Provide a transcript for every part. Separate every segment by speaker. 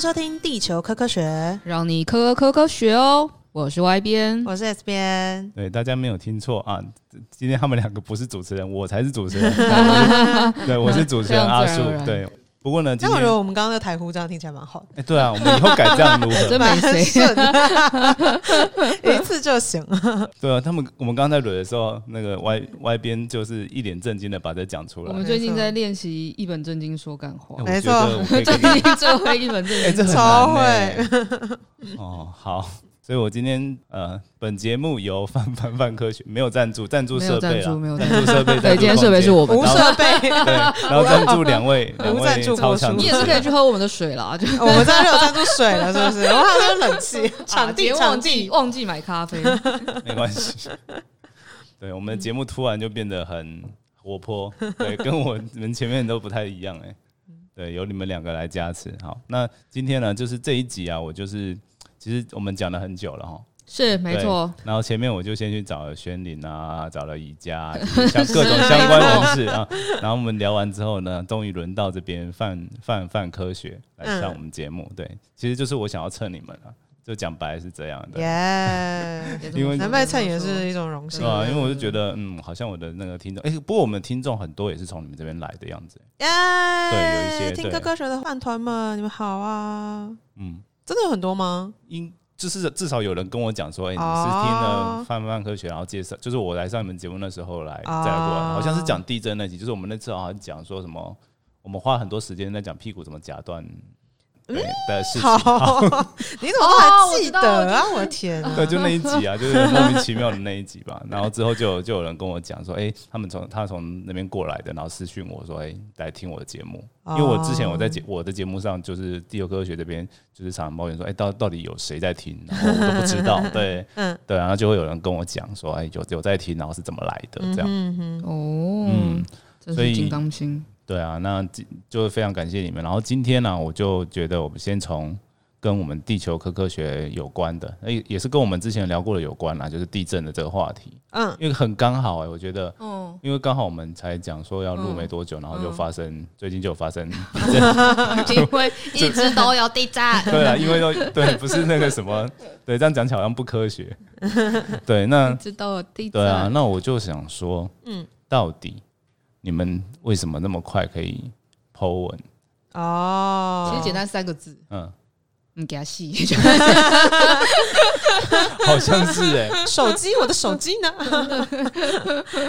Speaker 1: 收听《地球科科学》，
Speaker 2: 让你科科科学哦。我是 Y 边，
Speaker 1: 我是 S 边。
Speaker 3: 对，大家没有听错啊！今天他们两个不是主持人，我才是主 持人。我是对，我是主持人阿
Speaker 2: 这样
Speaker 3: 树
Speaker 2: 自然而。然
Speaker 3: 对，不过呢，今
Speaker 1: 但我觉
Speaker 3: 天
Speaker 1: 得我们刚刚的台呼这样听起来蛮好的，
Speaker 3: 哎对啊，我们以后改这样如
Speaker 2: 真
Speaker 3: 何？
Speaker 2: 没
Speaker 1: 蛮
Speaker 2: 谁
Speaker 1: 顺 的，一次就行。
Speaker 3: 对啊，他们我们刚才蕊的时候，那个 Y Y 边就是一脸正经的把这讲 出
Speaker 2: 我
Speaker 3: 来。
Speaker 2: 们最近在练习一本正经说干话
Speaker 3: 哎，
Speaker 1: 没
Speaker 3: 我觉得
Speaker 1: 错
Speaker 3: 我可以
Speaker 2: 最
Speaker 3: 跟你
Speaker 2: 近最会一本正
Speaker 3: 哎、
Speaker 2: 经。
Speaker 3: 这很
Speaker 1: 超
Speaker 3: 难、欸。 哦，好，所以我今天呃，本节目由范范范科学没有赞助，赞助设备啦
Speaker 2: 没有赞
Speaker 3: 赞助设备，
Speaker 2: 对，
Speaker 3: 赞助
Speaker 2: 今天设备是我们
Speaker 1: 无
Speaker 3: 然后
Speaker 2: 的，
Speaker 1: 设备，
Speaker 3: 对，然后赞助两位 两
Speaker 1: 无赞助
Speaker 3: 位
Speaker 1: 不
Speaker 3: 超强
Speaker 1: 输
Speaker 2: 你
Speaker 3: 主
Speaker 2: 也
Speaker 3: 持
Speaker 2: 是可以
Speaker 3: 人。
Speaker 2: 去喝我们的水啦，就
Speaker 1: 我们这边有赞助水了，是不是？我好像有冷气， 场地
Speaker 2: 啊
Speaker 1: 场
Speaker 2: 忘记
Speaker 1: 地。
Speaker 2: 忘记买咖 啡，
Speaker 3: 没关系。对，我们的节目突然就变得很活泼，对，跟我们前面都不太一样哎、对，有你们两个来加持。好，那今天呢，就是这一集啊，我就是其实我们讲了很久了哈，
Speaker 2: 是没错。
Speaker 3: 然后前面我就先去找了轩林啊，找了宜家、啊，就是像各种相关人士啊。然后我们聊完之后呢，终于轮到这边范范范科学来上我们节目。对，其实就是我想要蹭你们啊，就讲白是这样的。
Speaker 1: 耶，
Speaker 2: 也这 么说
Speaker 1: 能被蹭也是一种荣
Speaker 3: 是
Speaker 1: 幸。
Speaker 3: 吧？因为我就觉得，嗯，好像我的那个听众，哎、不过我们听众很多也是从你们这边来的样子，
Speaker 1: 耶，
Speaker 3: 对有一些
Speaker 1: 听
Speaker 3: 对
Speaker 1: 科科学的饭团们，你们好啊！
Speaker 3: 嗯，
Speaker 1: 真的有很多吗？
Speaker 3: 因就是至少有人跟我讲说，哎、你
Speaker 1: 哦
Speaker 3: 是听了范范科学，然后介绍，就是我来上你们节目那时候来再过来，
Speaker 1: 哦
Speaker 3: 好像是讲地震那集，就是我们那次好像讲说什么，我们花很多时间在讲屁股怎么夹断。对的事情，
Speaker 1: 嗯好，你怎么都
Speaker 2: 哦
Speaker 1: 还
Speaker 2: 我
Speaker 1: 记
Speaker 2: 知道
Speaker 1: 得啊？我的天啊！
Speaker 3: 对，就那一集啊，就是莫名其妙的那一集 吧。然后之后就有就有人跟我讲说，哎、他们从他从那边过来的，然后私讯我说，哎、来听我的节目， 因为我之前我
Speaker 1: 哦
Speaker 3: 在节我的节目上就是地球科学这边就是常常抱怨说，哎、到到底有谁在听，然后我都不知道，对，
Speaker 1: 嗯
Speaker 3: 对，啊然后就会有人跟我讲说，哎、有有在听，然后是怎么来的这样，
Speaker 1: 嗯哼，
Speaker 2: 哦
Speaker 3: 嗯，，
Speaker 2: 这
Speaker 3: 所
Speaker 2: 是
Speaker 3: 以
Speaker 2: 金刚心，
Speaker 3: 对啊，那今就非常感谢你们。然后今天呢、我就觉得我们先从跟我们地球科科学有关的，那也是跟我们之前聊过的有关啦、就是地震的这个话题，
Speaker 1: 嗯，哦
Speaker 3: 因为很刚好哎、我觉得。
Speaker 2: 嗯，
Speaker 3: 因为刚好我们才讲说要录没多久，然后就
Speaker 2: 嗯
Speaker 3: 发生，最近就有发生，
Speaker 2: 因为一直都有地震，
Speaker 3: 对啊，因为要对，不是那个什么，对，这样讲起来好像不科学， 对，那
Speaker 2: 一直都有地震，
Speaker 3: 对
Speaker 1: 嗯
Speaker 3: 啊，那我就想说，嗯，到底你们为什么那么快可以 Po 文？
Speaker 1: 哦，
Speaker 2: 其实简单三个字，
Speaker 3: 嗯，
Speaker 2: 嗯，给他 细，
Speaker 3: 好像是哎、
Speaker 1: 手机，我的手机 呢？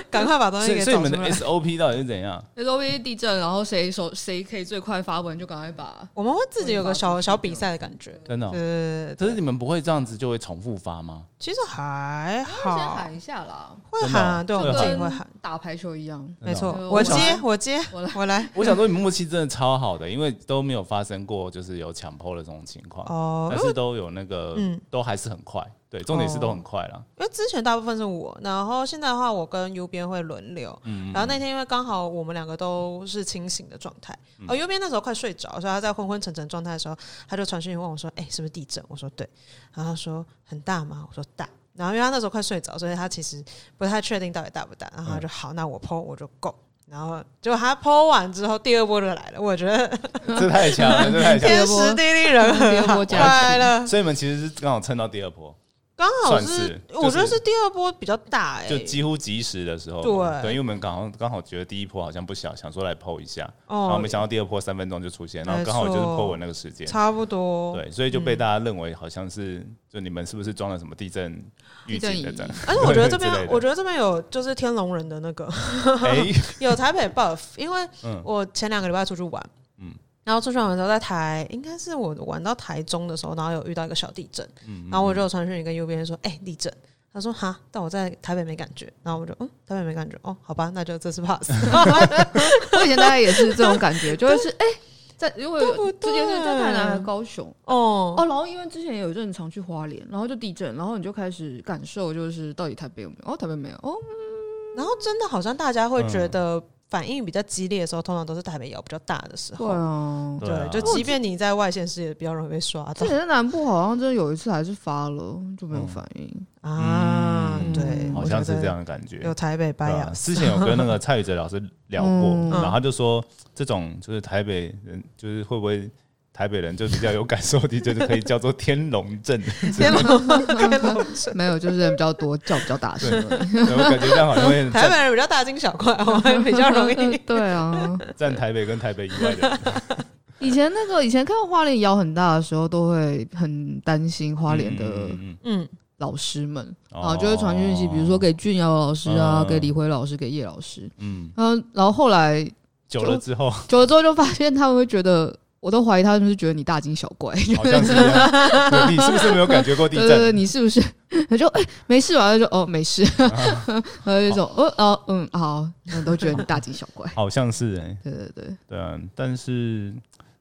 Speaker 1: 赶快把东西
Speaker 3: 所以
Speaker 1: 给
Speaker 3: 所以
Speaker 1: 找
Speaker 3: 你们
Speaker 1: 出
Speaker 3: 的
Speaker 1: 来。
Speaker 3: SOP 到底是怎样？
Speaker 2: 那时候因为地震，然后谁手谁可以最快发文，就赶快把
Speaker 1: 我们会自己有个小小比赛的感觉，
Speaker 3: 真的哦、
Speaker 1: 呃，
Speaker 3: 可是你们不会这样子就会重复发吗？
Speaker 1: 其实还
Speaker 2: 先
Speaker 1: 好
Speaker 2: 喊，一下啦，
Speaker 1: 会
Speaker 3: 真的
Speaker 1: 喊
Speaker 3: 哦
Speaker 1: 啊，对，我
Speaker 3: 这
Speaker 1: 们
Speaker 3: 个
Speaker 1: 自己
Speaker 3: 很
Speaker 1: 会喊，
Speaker 2: 打排球一样，
Speaker 3: 真
Speaker 1: 没
Speaker 3: 的
Speaker 1: 错
Speaker 3: 哦。
Speaker 2: 对
Speaker 1: 我
Speaker 2: 我
Speaker 1: 接
Speaker 2: 来，
Speaker 1: 我接
Speaker 2: 我来，
Speaker 1: 我来，
Speaker 3: 我想说你们默契真的超好的，因为都没有发生过就是有抢 Po 的这种情况，
Speaker 1: 哦，
Speaker 3: 还
Speaker 1: 因为
Speaker 3: 是都有那个，
Speaker 1: 嗯哦
Speaker 3: 都还是很快。对，重点是都很快啦。
Speaker 1: 因为之前大部分是我，然后现在的话，我跟 U 边会轮流。
Speaker 3: 嗯，
Speaker 1: 然后那天因为刚好我们两个都是清醒的状态，
Speaker 3: 嗯
Speaker 1: 哦，右边那时候快睡着，所以他在昏昏沉沉状态的时候，他就传讯问我说：“哎、是不是地震？”我说：“对。”然后他说：“很大吗？”我说：“大。”然后因为他那时候快睡着，所以他其实不太确定到底大不大。然后他就好，那我剖我就够。然后结果他剖完之后，第二波就来了。我觉 得
Speaker 3: 这太强了，这太强
Speaker 2: 第
Speaker 3: 了。
Speaker 1: 天
Speaker 2: 二波
Speaker 1: 时地利 人和，
Speaker 2: 第二波加持
Speaker 1: 快乐。
Speaker 3: 所以你们其实是刚好蹭到第二波，
Speaker 1: 刚好
Speaker 3: 算是
Speaker 1: 我觉得
Speaker 3: 就是
Speaker 1: 是第二波比较大哎、
Speaker 3: 就几乎及时的时候。
Speaker 1: 对
Speaker 3: 因为我们刚好刚好觉得第一波好像不小，想说来 PO 一下，然
Speaker 1: 哦
Speaker 3: 后没想到第二波三分钟就出现，
Speaker 1: 没错
Speaker 3: 然后刚好就是 PO 我那个时间。
Speaker 1: 差不多。
Speaker 3: 对，所以就被大家认为好像是，就你们是不是装了什么地震预警的这样？
Speaker 1: 而且我觉得这
Speaker 3: 之类
Speaker 1: 边，
Speaker 3: 的
Speaker 1: 我觉得这边有就是天龙人的那个
Speaker 3: 哎，
Speaker 1: 有台北 buff，因为
Speaker 3: 嗯
Speaker 1: 我前两个礼拜出去玩，嗯
Speaker 3: 嗯，
Speaker 1: 然后出去玩的时候在台，应该是我玩到台中的时候，然后有遇到一个小地震，
Speaker 3: 嗯
Speaker 1: 然后我就有传讯息跟右边说，哎、地震。他说哈，但我在台北没感觉，然后我就嗯，台北没感觉，哦，好吧，那就这次 pass。
Speaker 2: 我以前大概也是这种感觉，就会是哎，在如果
Speaker 1: 对不
Speaker 2: 有
Speaker 1: 对
Speaker 2: 之前是在台南和高雄。
Speaker 1: 哦
Speaker 2: 啊哦，然后因为之前也有一阵常去花莲，然后就地震，然后你就开始感受，就是到底台北有没有？哦，台北没有。哦，
Speaker 1: 然后真的好像大家会觉得
Speaker 3: 嗯
Speaker 1: 反应比较激烈的时候，通常都是台北摇比较大的时
Speaker 2: 对
Speaker 1: 候，
Speaker 2: 啊，
Speaker 3: 对啊
Speaker 1: 就即便你在外县市也比较容易被刷
Speaker 2: 之
Speaker 1: 到
Speaker 2: 前在南部好像真的有一次还是发了，就没有反 应。
Speaker 1: 啊。
Speaker 3: 嗯
Speaker 1: 对，
Speaker 3: 好像是
Speaker 1: 我觉得
Speaker 3: 这样的感觉。
Speaker 1: 有台北白
Speaker 3: 对
Speaker 1: 呀
Speaker 3: 啊，，之前有跟那个蔡宇哲老师聊过，
Speaker 2: 嗯
Speaker 3: 然后他就说，这种就是台北人，就是会不会台北人就比较有感受的，就是可以叫做天龙 镇。
Speaker 1: 天龙天龙城，
Speaker 2: 没有，就是人比较多，叫比较大声而 已。。
Speaker 3: 对我感觉这样好像会
Speaker 1: 台
Speaker 3: 占
Speaker 1: 北人比较大惊小怪，我们比较容易
Speaker 2: 对啊，
Speaker 3: 占台北跟台北以外的人。
Speaker 2: 以前那个以前看到花莲摇很大的时候，都会很担心 花莲的
Speaker 3: 嗯嗯嗯
Speaker 1: 嗯，
Speaker 2: 老师们
Speaker 3: 哦
Speaker 2: 啊，就会传讯息，比如说给俊尧老师啊，
Speaker 3: 嗯
Speaker 2: 给李辉老师，给叶老师。
Speaker 3: 嗯，嗯
Speaker 2: 嗯，然后后来
Speaker 3: 久了之后好
Speaker 2: 久了之后，就发现他们会觉得，我都怀疑他们是觉得你大惊小 怪，就
Speaker 3: 像是一样对你是不是没有感觉过地
Speaker 2: 对对对，
Speaker 3: 震？
Speaker 2: 你是不是？他就哎、没事吧？他就哦没 事，然后就说哦哦嗯好，嗯都觉得你大惊小怪。
Speaker 3: 好像是哎，
Speaker 2: 对对对，
Speaker 3: 对啊，但是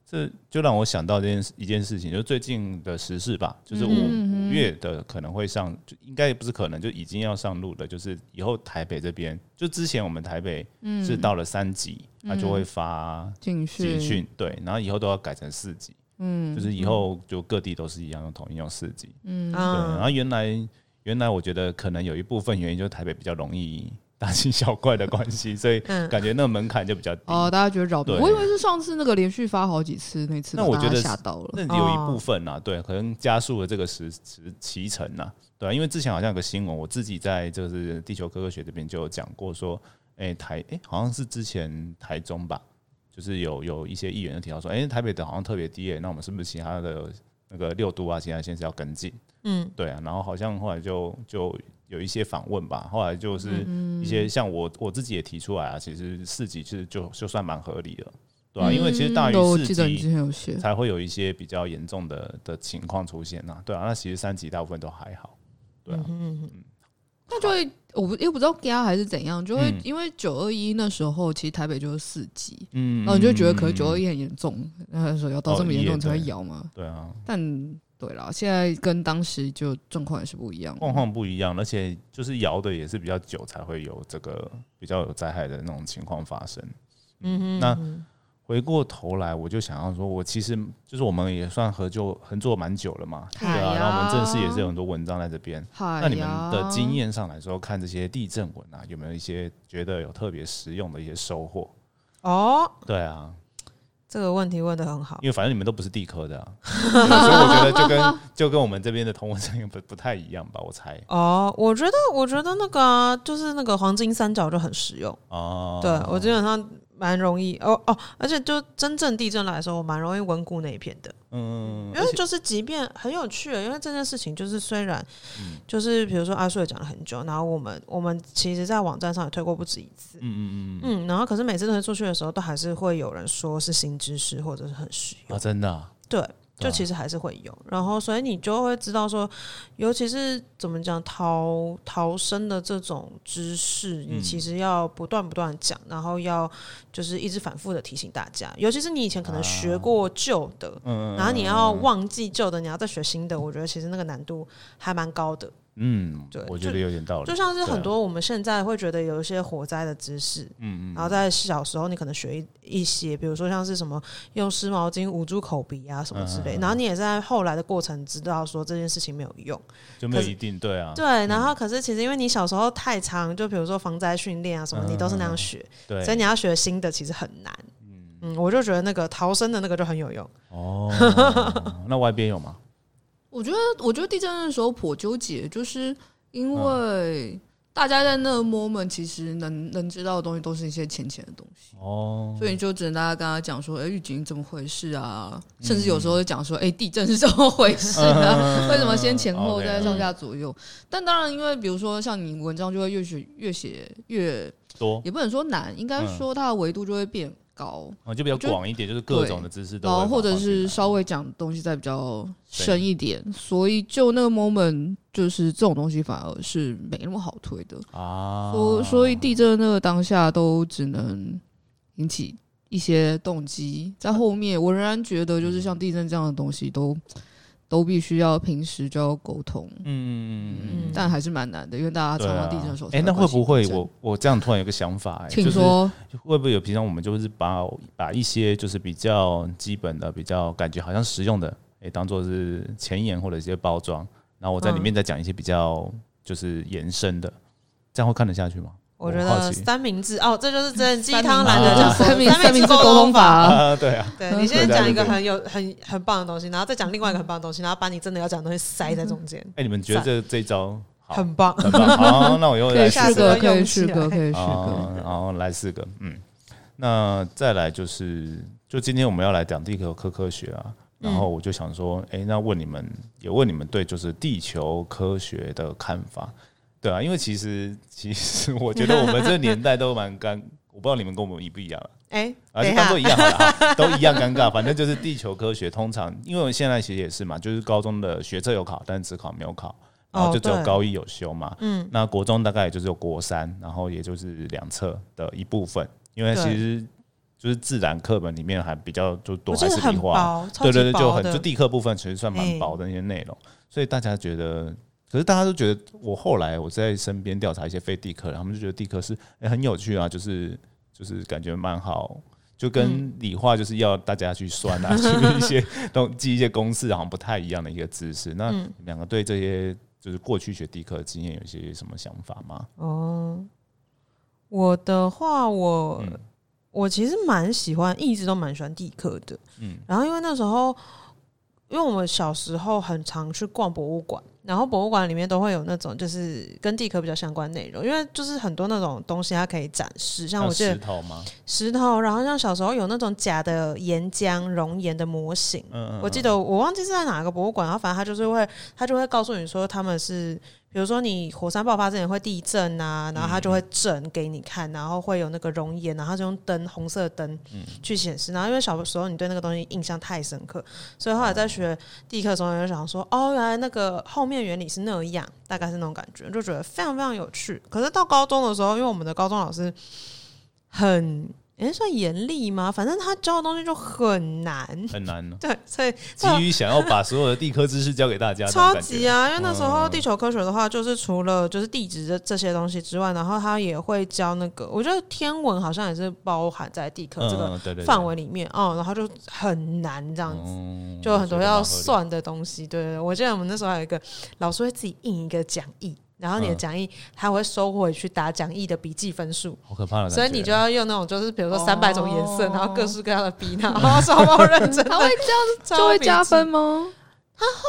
Speaker 3: 这就让我想到这件事一件事情，就是最近的时事吧，就是五
Speaker 2: 嗯
Speaker 3: 五月的可能会上，就应该也不是可能，就已经要上路了。就是以后台北这边，就之前我们台北
Speaker 2: 嗯
Speaker 3: 是到了三级，它就会发
Speaker 2: 警
Speaker 3: 警
Speaker 2: 讯，
Speaker 3: 讯，对，然后以后都要改成四级，
Speaker 2: 嗯
Speaker 3: 就是以后就各地都是一样用统一用四级。
Speaker 2: 嗯
Speaker 3: 对，
Speaker 1: 啊
Speaker 3: 然后原来原来我觉得可能有一部分原因就是台北比较容易 大惊小怪的关系，所以
Speaker 1: 嗯
Speaker 3: 感觉那个门槛就比较低。
Speaker 2: 哦，大家觉得扰民，
Speaker 3: 对
Speaker 2: 我以为是上次那个连续发好几次那次，
Speaker 3: 那我觉得是
Speaker 2: 吓到了。
Speaker 3: 那有一
Speaker 2: 哦
Speaker 3: 部分啦，对，可能加速了这个时时骑程呐，对、啊，因为之前好像有个新闻，我自己在就是地球科科学这边就有讲过说，哎、台哎、好像是之前台中吧，就是有有一些议员就提到说，哎、台北的好像特别低、欸，那我们是不是其他的那个六都啊，其他县市要跟进？
Speaker 1: 嗯，
Speaker 3: 对啊，然后好像后来就就有一些访问吧，后来就是
Speaker 2: 嗯
Speaker 3: 一些像我我自己也提出来啊，其实四级其实就就算蛮合理的，对啊，因为其实大于
Speaker 2: 嗯我
Speaker 3: 四
Speaker 2: 记
Speaker 3: 级。
Speaker 2: 得你之前有写，
Speaker 3: 才会有一些比较严重的的情况出现呐、对啊，那其实三级大部分都还好。对
Speaker 1: 嗯
Speaker 3: 啊，
Speaker 2: 那就会我不又不知道压还是怎样，就会、
Speaker 3: 嗯
Speaker 2: 因为九二一那时候，其实台北就是四级，
Speaker 3: 嗯，
Speaker 2: 然后哦你就觉得可
Speaker 3: 嗯
Speaker 2: 能九二。一很严重，那时候要到这么严重才会摇嘛。
Speaker 3: 对啊，
Speaker 2: 但对啦，现在跟当时就状况也是不一样。
Speaker 3: 状况不一样，而且就是摇的也是比较久才会有这个比较有灾害的那种情况发生。
Speaker 1: 嗯哼，
Speaker 3: 那回过头来，我就想要说，我其实就是我们也算合作合作蛮久了嘛，对
Speaker 2: 哎
Speaker 3: 啊，
Speaker 2: 呀哎
Speaker 3: 然后我们正式也是有很多文章在这边。
Speaker 2: 嗨呀，
Speaker 3: 那你们的经验上来说，看这些地震文啊，有没有一些觉得有特别实用的一些收获？
Speaker 1: 哦，
Speaker 3: 对啊，
Speaker 1: 这个问题问的很好
Speaker 3: 因。为反正你们都不是地科的啊， 对所以我 觉得就跟就跟我们这边的同文层不不太一样吧，我猜
Speaker 1: 哦，我觉得，我觉得那个啊、就是那个黄金三角就很实用。
Speaker 3: 哦。
Speaker 1: 对我基本上蛮容易哦哦，而且就真正地震来的时候，我蛮容易温故那一片的。
Speaker 3: 嗯
Speaker 1: 因为就是即便很有趣，欸因为这件事情就是虽然
Speaker 3: 嗯
Speaker 1: 就是比如说阿顺也讲了很久，然后我们我们其实在网站上也推过不止一次，
Speaker 3: 嗯嗯嗯
Speaker 1: 嗯，然后可是每次推出去的时候，都还是会有人说是新知识或者是很实
Speaker 3: 嗯，啊，
Speaker 1: 用，
Speaker 3: 真的啊
Speaker 1: 对。
Speaker 3: 对
Speaker 1: 就
Speaker 3: 啊
Speaker 1: 其实还是会有，然后所以你就会知道说，尤其是怎么讲逃逃生的这种知识，你
Speaker 3: 嗯
Speaker 1: 其实要不断不断讲，然后要就是一直反复的提醒大家，尤其是你以前可能学过旧的，
Speaker 3: 啊嗯，
Speaker 1: 然后你要忘记旧的，你要再学新的，我觉得其实那个难度还蛮高的。
Speaker 3: 嗯，
Speaker 1: 对
Speaker 3: 我觉得有点道理，啊
Speaker 1: 就像是很多我们现在会觉得有一些火灾的知识，
Speaker 3: 嗯嗯
Speaker 1: 然后在小时候你可能学一一些，比如说像是什么用湿毛巾捂住口鼻啊什么之
Speaker 3: 嗯
Speaker 1: 类，然后你也在后来的过程知道说这件事情没有用。
Speaker 3: 就没有
Speaker 1: 可是
Speaker 3: 一定对啊，
Speaker 1: 对，然后可是其实因为你小时候太长，就比如说防灾训练啊什
Speaker 3: 嗯
Speaker 1: 么，你都是那样学，
Speaker 3: 对，
Speaker 1: 所以你要学新的其实很难。嗯，我就觉得那个逃生的那个就很有用。
Speaker 3: 哦，那外边有吗？
Speaker 2: 我觉得，我觉得地震的时候颇纠结，就是因为大家在那个 moment 其实能能知道的东西都是一些浅浅的东西，
Speaker 3: 哦，
Speaker 2: 所以就只能大家跟他讲说，哎、预警怎么回事啊？甚至有
Speaker 3: 嗯
Speaker 2: 时候就讲说，哎、地震是怎么回事啊？ 为什么先前后
Speaker 3: OK
Speaker 2: 再上下左右？但当然，因为比如说像你文章就会越写越写越，
Speaker 3: 多
Speaker 2: 也不能说难，应该
Speaker 3: 嗯
Speaker 2: 说它的维度就会变高。
Speaker 3: 哦就比较
Speaker 2: 就
Speaker 3: 广一点，就是各种的知识都
Speaker 2: 然
Speaker 3: 会
Speaker 2: 后
Speaker 3: 把它
Speaker 2: 或者
Speaker 3: 放进
Speaker 2: 是
Speaker 3: 来
Speaker 2: 稍微讲东西再比较深一点，所以就那个 moment 就是这种东西反而是没那么好推的，
Speaker 3: 啊，
Speaker 2: 所、所以地震那个当下都只能引起一些动机，在后面我仍然觉得
Speaker 3: 嗯
Speaker 2: 就是像地震这样的东西都都必须要平时就要沟通，
Speaker 3: 嗯嗯嗯嗯嗯，
Speaker 2: 但还是蛮难的，因为大家
Speaker 3: 对
Speaker 2: 常常
Speaker 3: 啊
Speaker 2: 地震的时候，
Speaker 3: 哎，那会不会我我这样突然有个想法，哎，
Speaker 2: 请
Speaker 3: 就是
Speaker 2: 说、
Speaker 3: 会不会有平常我们就是把把一些就是比较基本的、比较感觉好像实用的，诶、当做是前言或者一些包装，然后我在里面再讲一些比较就是延伸的，这样会看得下去吗？
Speaker 1: 我觉
Speaker 3: 我好
Speaker 1: 得
Speaker 3: 奇
Speaker 1: 三明治哦，这就是真的鸡汤
Speaker 3: 三
Speaker 1: 懒
Speaker 3: 明
Speaker 1: 得
Speaker 3: 治
Speaker 1: 讲
Speaker 3: 啊
Speaker 2: 三明
Speaker 1: 三
Speaker 2: 三明
Speaker 1: 治
Speaker 2: 治沟通
Speaker 1: 法。
Speaker 2: 法，
Speaker 3: 啊，对啊，
Speaker 1: 对你先
Speaker 3: 对
Speaker 1: 讲一个
Speaker 3: 对对
Speaker 1: 很有很很棒的东西，然后再讲另外一个很棒的东西，然后把你真的要讲的东西塞在中间，
Speaker 3: 哎、你们觉得这这一招好？
Speaker 1: 很棒。
Speaker 3: 很棒，好，那我又
Speaker 2: 可
Speaker 3: 来
Speaker 2: 以
Speaker 3: 试
Speaker 1: 下
Speaker 2: 试
Speaker 1: 次
Speaker 3: 试
Speaker 2: 个，
Speaker 1: 都
Speaker 2: 可以
Speaker 1: 用
Speaker 2: 试
Speaker 1: 起
Speaker 2: 个，
Speaker 1: 来
Speaker 2: 可以试
Speaker 3: 哦，
Speaker 2: 个。
Speaker 3: 然后来四个，嗯，那再来就是，就今天我们要来讲地球科科学啊，然后我就想说，哎、那问你们，也问你们对就是地球科学的看法，对啊，因为其实其实我觉得我们这个年代都蛮尴， 我不知道你们跟我们一不一样啊。
Speaker 1: 哎，
Speaker 3: 啊，
Speaker 1: 等一
Speaker 3: 就当
Speaker 1: 下
Speaker 3: 做，一样好了哈，都一样尴尬。反正就是地球科学，通常因为我现在其实也是嘛，就是高中的学测有考，但是只考没有考，然后就只有
Speaker 1: 哦对
Speaker 3: 高一有修嘛。
Speaker 1: 嗯，
Speaker 3: 那国中大概也就是有国三，然后也就是两册的一部分，因为
Speaker 1: 对
Speaker 3: 其实就是自然课本里面还比较就多
Speaker 1: 我
Speaker 3: 还
Speaker 1: 记得
Speaker 3: 是啊
Speaker 1: 很
Speaker 3: 理化，
Speaker 1: 薄，超
Speaker 3: 对
Speaker 1: 级
Speaker 3: 对对，就
Speaker 1: 薄
Speaker 3: 很就
Speaker 1: 的。
Speaker 3: 地科部分其实算蛮
Speaker 1: 哎
Speaker 3: 薄的那些内容，所以大家觉得。可是大家都觉得，我后来我在身边调查一些非地科的，他们就觉得地科是、哎很有趣啊，就是就是感觉蛮好，就跟
Speaker 1: 嗯
Speaker 3: 理化就是要大家去算 啊，就是一些东记一些公式，好像不太一样的一个知识。
Speaker 1: 嗯
Speaker 3: 那你们两个对这些就是过去学地科的经验有一些什么想法吗？
Speaker 1: 哦，我的话，我、
Speaker 3: 嗯
Speaker 1: 我其实蛮喜欢，一直都蛮喜欢地科的。
Speaker 3: 嗯
Speaker 1: 然后因为那时候，因为我们小时候很常去逛博物馆，然后博物馆里面都会有那种就是跟地科比较相关内容，因为就是很多那种东西它可以展示，像我记
Speaker 3: 石
Speaker 1: 得
Speaker 3: 头吗？
Speaker 1: 石头，然后像小时候有那种假的岩浆熔岩的模型。
Speaker 3: 嗯嗯，
Speaker 1: 我记得我忘记是在哪个博物馆，然后反正他就是会，他就会告诉你说他们是，比如说你火山爆发之前会地震啊，然后他就会震给你看，然后会有那个熔岩，然后就用灯红色的灯
Speaker 3: 嗯
Speaker 1: 去显示。然后因为小的时候你对那个东西印象太深刻，所以后来在学地课的时候，就想说，哦，原来那个后面原理是那样，大概是那种感觉，就觉得非常非常有趣。可是到高中的时候，因为我们的高中老师很。诶、算严厉吗？反正他教的东西就很难，
Speaker 3: 很难 呢，
Speaker 1: 对，所以
Speaker 3: 急于想要把所有的地科知识教给大家，
Speaker 1: 超级！啊！因为那时
Speaker 3: 哦
Speaker 1: 候地球科学的话，就是除了就是地质这这些东西之外，然后它也会教那个，我觉得天文好像也是包含在地科这个
Speaker 3: 嗯，对对
Speaker 1: 范围里面哦，然后就很难这样子。
Speaker 3: 子
Speaker 1: 就有很多要算的东西，对对对，我记得我们那时候还有一个老师会自己印一个讲义，然后你的
Speaker 3: 嗯
Speaker 1: 讲义他会收回去打讲义的笔记分数，
Speaker 3: 好可怕的感觉，
Speaker 1: 所以你就要用那种就是比如说
Speaker 2: 哦
Speaker 1: 三百种颜色，然后各式各样的笔，然 后双方认真
Speaker 2: 他
Speaker 1: 的
Speaker 2: 会这样
Speaker 1: 抄
Speaker 2: 就会
Speaker 1: 笔
Speaker 2: 加
Speaker 1: 记
Speaker 2: 分吗？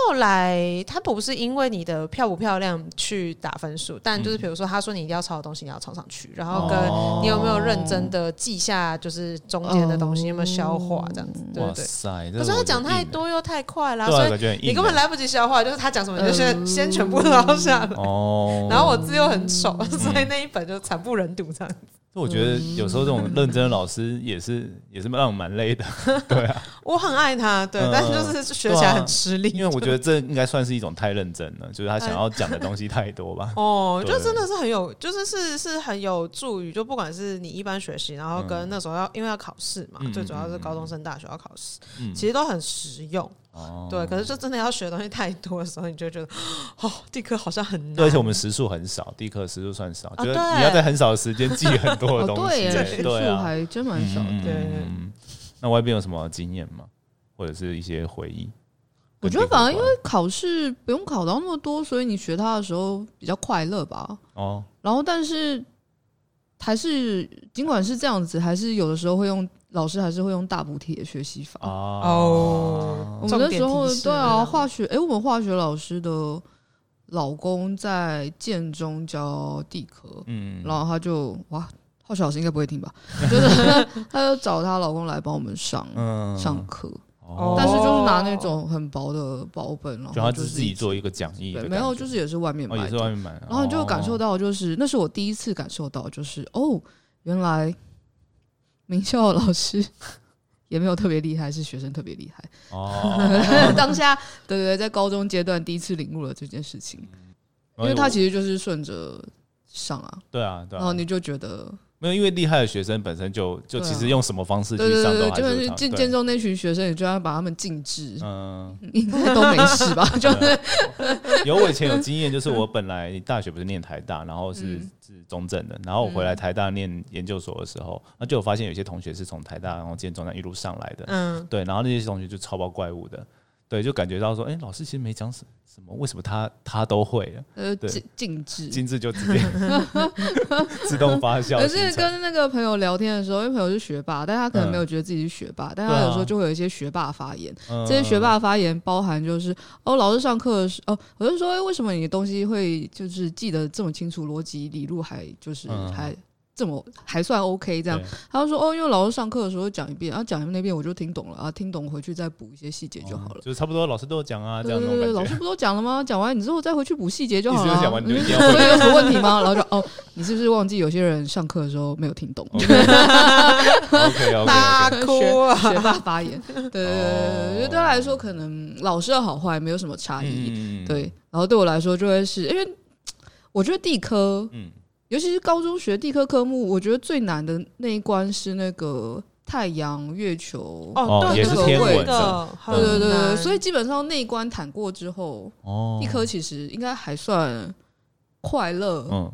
Speaker 1: 后来他不是因为你的漂不漂亮去打分数，但就是比如说他说你一定要抄的东西，你要抄上去，然后跟
Speaker 3: 嗯哦
Speaker 1: 你有没有认真的记下，就是中间的东西有没有消化这样子，对
Speaker 3: 嗯哇
Speaker 1: 对。
Speaker 3: 塞，
Speaker 1: 可
Speaker 3: 可
Speaker 1: 是他讲太，多又太快啦，
Speaker 3: 对啊，
Speaker 1: 所以
Speaker 3: 感觉很硬
Speaker 1: 你根本
Speaker 3: 欸
Speaker 1: 来不及消化，就是他讲什么你就先
Speaker 2: 嗯
Speaker 1: 先全部捞下来。
Speaker 3: 哦。嗯
Speaker 1: 然后我字又很丑，所以那一本就惨不忍睹这样。
Speaker 3: 我觉得
Speaker 2: 嗯
Speaker 3: 有时候这种认真的老师也是也是让我蛮 累的，啊
Speaker 1: 我很爱他，对
Speaker 3: 嗯，
Speaker 1: 但就是学起来很吃力。
Speaker 3: 因为我觉得这应该算是一种太认真了，就是他想要讲的东西太 多吧。
Speaker 1: 哦，
Speaker 3: 对
Speaker 1: 就真的是很有，就是是是很有助于，就不管是你一般学习，然后跟那时候要、因为要考试嘛，
Speaker 3: 嗯
Speaker 1: 最主要是高中生、大学要考试，
Speaker 3: 嗯
Speaker 1: 其实都很实用。
Speaker 3: 哦，
Speaker 1: 对，可是就真的要学的东西太多的时候，你就会觉得哦，地科好像很难。
Speaker 3: 对而且我们时数很少，地科时数算少，
Speaker 1: 啊
Speaker 3: 就是
Speaker 1: 对
Speaker 3: 你要在很少的时间记很多的
Speaker 2: 哦，
Speaker 3: 东
Speaker 2: 对
Speaker 3: 西
Speaker 2: 耶，
Speaker 3: 欸，
Speaker 2: 时
Speaker 3: 对
Speaker 2: 数
Speaker 3: 啊，
Speaker 2: 还真蛮少的。
Speaker 3: 嗯
Speaker 1: 对对对
Speaker 3: 嗯那外边有什么经验吗？或者是一些回忆？
Speaker 2: 我觉得反而因为考试不用考到那么多，所以你学它的时候比较快乐吧。
Speaker 3: 哦，
Speaker 2: 然后，但是还是尽管是这样子，还是有的时候会用老师还是会用大补贴学习
Speaker 3: 啊
Speaker 2: 法。
Speaker 1: 哦
Speaker 2: 我们那时
Speaker 1: 重
Speaker 2: 候
Speaker 1: 点提示
Speaker 2: 对
Speaker 1: 那
Speaker 2: 啊，
Speaker 1: 样
Speaker 2: 化学诶，我们化学老师的老公在建中教地科，
Speaker 3: 嗯
Speaker 2: 然后他就哇，化学老师应该不会听 吧？就是他他就找她老公来帮我们上、
Speaker 3: 嗯
Speaker 2: 上课，
Speaker 3: 哦
Speaker 2: 但是就是拿那种很薄的薄本，然后
Speaker 3: 就他
Speaker 2: 哦就
Speaker 3: 只是自己做一个讲义的
Speaker 2: 对，
Speaker 3: 感觉，
Speaker 2: 没有，就是也是外面
Speaker 3: 哦，
Speaker 2: 买
Speaker 3: 也是
Speaker 2: 的。
Speaker 3: 外面买的，哦
Speaker 2: 然后你就感受
Speaker 3: 到
Speaker 2: 到，就是、那是我第一次感受到，就是哦，原来名校老师 也没有特别厉害，是学生特别厉 害。
Speaker 3: 哦，
Speaker 2: 当下，对对对，在高中阶段第一次领悟了这件事情，因
Speaker 3: 哎
Speaker 2: 为他
Speaker 3: 实
Speaker 2: 其实就是顺着上啊，
Speaker 3: 对啊，对
Speaker 2: 然
Speaker 3: 啊
Speaker 2: 后，你就觉得，
Speaker 3: 没有，因为厉害的学生本身就就
Speaker 2: 对啊
Speaker 3: 其实用什么方式去
Speaker 2: 对对
Speaker 3: 上
Speaker 2: 对对，
Speaker 3: 都还
Speaker 2: 就是是
Speaker 3: 有
Speaker 2: 建
Speaker 3: 对
Speaker 2: 建中那群学生，你就要把他们禁 止，
Speaker 3: 嗯，
Speaker 2: 应该都没事吧？
Speaker 3: 啊
Speaker 2: 就是
Speaker 3: 有我以前有经验，就是我本来大学不是念台大，然后是
Speaker 2: 嗯
Speaker 3: 是中正的，然后我回来台大念研究所的时候，那就有发现有些同学是从台大然后建中那一路上来的，
Speaker 1: 嗯，
Speaker 3: 对，然后那些同学就超包怪物的。对，就感觉到说，哎、老师其实没讲什什么，为什么他他都会了？
Speaker 2: 呃，
Speaker 3: 对
Speaker 2: 禁禁止。
Speaker 3: 金字就直接自动发酵
Speaker 2: 可
Speaker 3: 形成。
Speaker 2: 是跟那个朋友聊天的时候，因为朋友是学霸，但他可能
Speaker 3: 嗯
Speaker 2: 没有觉得自己是学霸，但
Speaker 3: 对
Speaker 2: 他
Speaker 3: 啊
Speaker 2: 有时候就会有一些学霸发言。
Speaker 3: 嗯
Speaker 2: 这些学霸发言包含就是哦，老师上课的时哦，我就说、哎为什么你的东西会就是记得这么清楚，逻辑理路还就是
Speaker 3: 嗯
Speaker 2: 还这么还算 OK 这样
Speaker 3: 对。
Speaker 2: 他就说哦，因为老师上课的时候讲一遍，然后讲那遍我就听懂了啊，听懂回去再补一些细节就好
Speaker 3: 哦
Speaker 2: 了。
Speaker 3: 就是差不多老师都有讲啊，这
Speaker 2: 对
Speaker 3: 样
Speaker 2: 对
Speaker 3: 那
Speaker 2: 对，
Speaker 3: 种感
Speaker 2: 老
Speaker 3: 觉。
Speaker 2: 师不都讲了吗？讲完你之后再回去补细节就好
Speaker 3: 意
Speaker 2: 了
Speaker 3: 思
Speaker 2: 啊。
Speaker 3: 就讲完你就
Speaker 2: 嗯
Speaker 3: 一定要
Speaker 2: 所
Speaker 3: 会
Speaker 2: 以有什么问题吗？然后就哦，你是不是忘记有些人上课的时候没有听懂？
Speaker 3: OK OK，
Speaker 1: 大哭啊！
Speaker 2: 学霸发言，对对对对对，就对他来说，可能老师的好坏没有什么差异，
Speaker 3: 嗯，
Speaker 2: 对。然后对我来说，就会是因为我觉得地科，
Speaker 3: 嗯
Speaker 2: 尤其是高中学地科科目，我觉得最难的那一关是那个太阳、月球，
Speaker 3: 哦
Speaker 1: 对，
Speaker 2: 也是天文
Speaker 1: 的
Speaker 3: 的，嗯
Speaker 1: 好
Speaker 2: 对对对对，
Speaker 1: 难
Speaker 2: 所以基本上那一关坦过之后，
Speaker 3: 哦
Speaker 2: 地科其实应该还算快乐，
Speaker 3: 嗯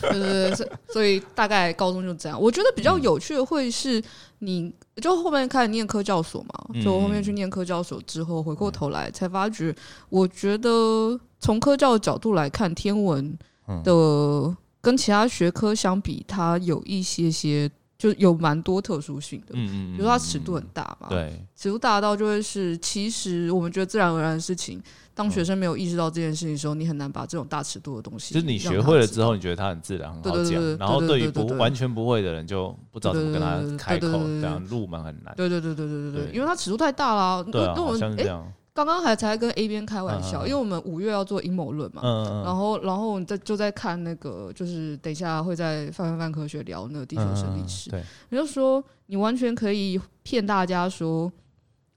Speaker 2: 对 对对，所以所以大概高中就这样。我觉得比
Speaker 3: 嗯
Speaker 2: 较有趣的会是你，就后面开始念科教所嘛，
Speaker 3: 嗯
Speaker 2: 就后面去念科教所之后，回过头来才发觉，我觉得从科教的角度来看，天文
Speaker 3: 嗯
Speaker 2: 的跟其他学科相比，它有一些些就有蛮多特殊性的，
Speaker 3: 嗯
Speaker 2: 比如说它尺度很大嘛，
Speaker 3: 对，
Speaker 2: 尺度大到就会是，其实我们觉得自然而然的事情，当学生没有意识到这件事情的时候，你很难把这种大尺度的东西
Speaker 3: 嗯
Speaker 2: 让他知
Speaker 3: 就是
Speaker 2: 道，
Speaker 3: 你学会了之后，你觉得它很自然，很
Speaker 2: 对
Speaker 3: 好
Speaker 2: 对对
Speaker 3: 讲
Speaker 2: 对。
Speaker 3: 然后
Speaker 2: 对
Speaker 3: 对
Speaker 2: 对
Speaker 3: 于
Speaker 2: 对
Speaker 3: 不
Speaker 2: 对
Speaker 3: 完全不会的人，就不知道怎么跟他
Speaker 2: 对对对对
Speaker 3: 开口
Speaker 2: 对对，对
Speaker 3: 这样入门很难。
Speaker 2: 对对对对对对对，
Speaker 3: 对
Speaker 2: 因为它尺度太大啦。
Speaker 3: 对啊，
Speaker 2: 那我
Speaker 3: 好像
Speaker 2: 们
Speaker 3: 是这
Speaker 2: 哎，
Speaker 3: 样。
Speaker 2: 刚刚还才跟 A 边开玩笑，
Speaker 3: 嗯嗯
Speaker 2: 因
Speaker 3: 嗯
Speaker 2: 为我们五月要做阴谋论嘛，
Speaker 3: 嗯嗯
Speaker 2: 然后然后我们在就在看那个，就是等一下会在泛泛泛科学聊那个地球生历史，
Speaker 3: 嗯对，
Speaker 2: 你就说你完全可以骗大家说，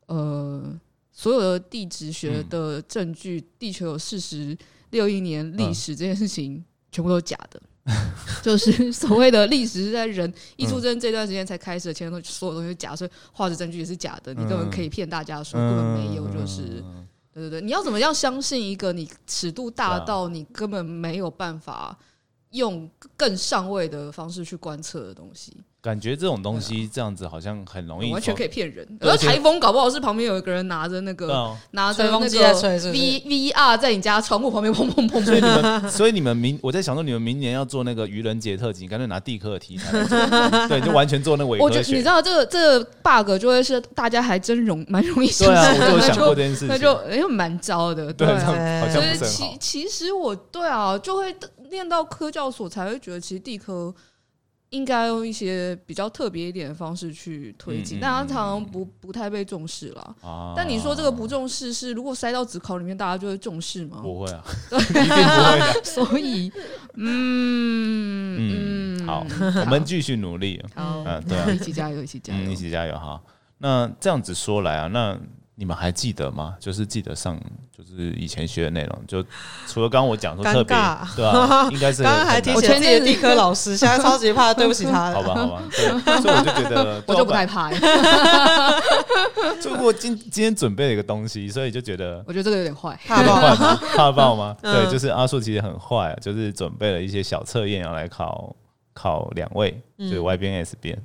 Speaker 2: 呃，所有的地质学的证据，地球有四十六亿年历史这件事情，全部都是假的。 就是所谓的历史是在人一出生这段时间才开始的，前面都所有东西是假，所以化石证据也是假的，你根本可以骗大家说根本没有，就是对对对，你要怎么样相信一个你尺度大
Speaker 3: 对啊
Speaker 2: 到你根本没有办法用更上位的方式去观测的东西？
Speaker 3: 感觉这种东西这样子好像很容易
Speaker 2: 完全可
Speaker 3: 以。
Speaker 2: 以骗人。
Speaker 3: 对
Speaker 2: 然后
Speaker 3: 而且
Speaker 2: 台风搞不好是旁边有一个人拿着那
Speaker 3: 对
Speaker 2: 个
Speaker 3: 啊，
Speaker 2: 拿着那
Speaker 1: 吹风机在
Speaker 2: 个
Speaker 1: 吹是
Speaker 2: V
Speaker 1: 不是
Speaker 2: V R 在你家窗户旁边 砰砰砰
Speaker 3: 嗯所以
Speaker 2: 砰。
Speaker 3: 你们，所以你们明，我在想说，你们明年要做那个愚人节特辑，你干脆拿地科的题材来 做，对，就完全做那伪
Speaker 2: 我觉
Speaker 3: 科
Speaker 2: 得你
Speaker 3: 学
Speaker 2: 知。道这个这个 bug 就会是大家还真容蛮容易相
Speaker 3: 对啊，
Speaker 2: 信的，
Speaker 3: 我就有
Speaker 2: 那
Speaker 3: 想过
Speaker 2: 就
Speaker 3: 这件事情。
Speaker 2: 那就哎蛮糟的，
Speaker 3: 对，这样
Speaker 2: 啊。
Speaker 3: 好
Speaker 2: 所
Speaker 3: 像
Speaker 2: 以
Speaker 3: 不是很
Speaker 2: 其
Speaker 3: 好。
Speaker 2: 其实我对啊，就会念到科教所才会觉得，其实地科应该用一些比较特别一点的方式去推进，
Speaker 3: 嗯嗯
Speaker 2: 但它
Speaker 3: 嗯
Speaker 2: 常常不不太被重视了。
Speaker 3: 啊
Speaker 2: 但你说这个不重视是，如果塞到职考里面，大家就会重视吗？
Speaker 3: 不会 啊，一定不会的。
Speaker 2: 所 以，嗯
Speaker 3: 嗯 好我们继续努力，
Speaker 2: 好，
Speaker 3: 嗯对啊
Speaker 2: 一起加油，一起 加
Speaker 3: 嗯，
Speaker 2: 油
Speaker 3: 一。起加油哈。那这样子说来啊，那你们还记得吗？就是记得上，就是以前学的内容，就除了刚刚我讲说
Speaker 1: 尴
Speaker 3: 特别
Speaker 1: 尬，
Speaker 3: 对啊，应该是
Speaker 1: 刚刚还
Speaker 3: 很
Speaker 1: 提
Speaker 3: 难
Speaker 2: 我
Speaker 1: 醒
Speaker 2: 前
Speaker 1: 自己
Speaker 2: 阵
Speaker 1: 的
Speaker 2: 子
Speaker 1: 地科老师， 现在超级怕对不起他
Speaker 3: 好
Speaker 1: 了。
Speaker 3: 吧，好吧，对，所以我就觉得，
Speaker 2: 我就不害 怕欸，
Speaker 3: 所以我今今天准备了一个东西，所以就觉得
Speaker 2: 我觉得这个有点坏。
Speaker 1: 怕爆
Speaker 3: 坏吗？怕爆吗？
Speaker 1: 嗯
Speaker 3: 对，就是阿树其实很坏，就是准备了一些小测验要来考考两位，就
Speaker 1: 嗯
Speaker 3: 是 Y 边 S 边。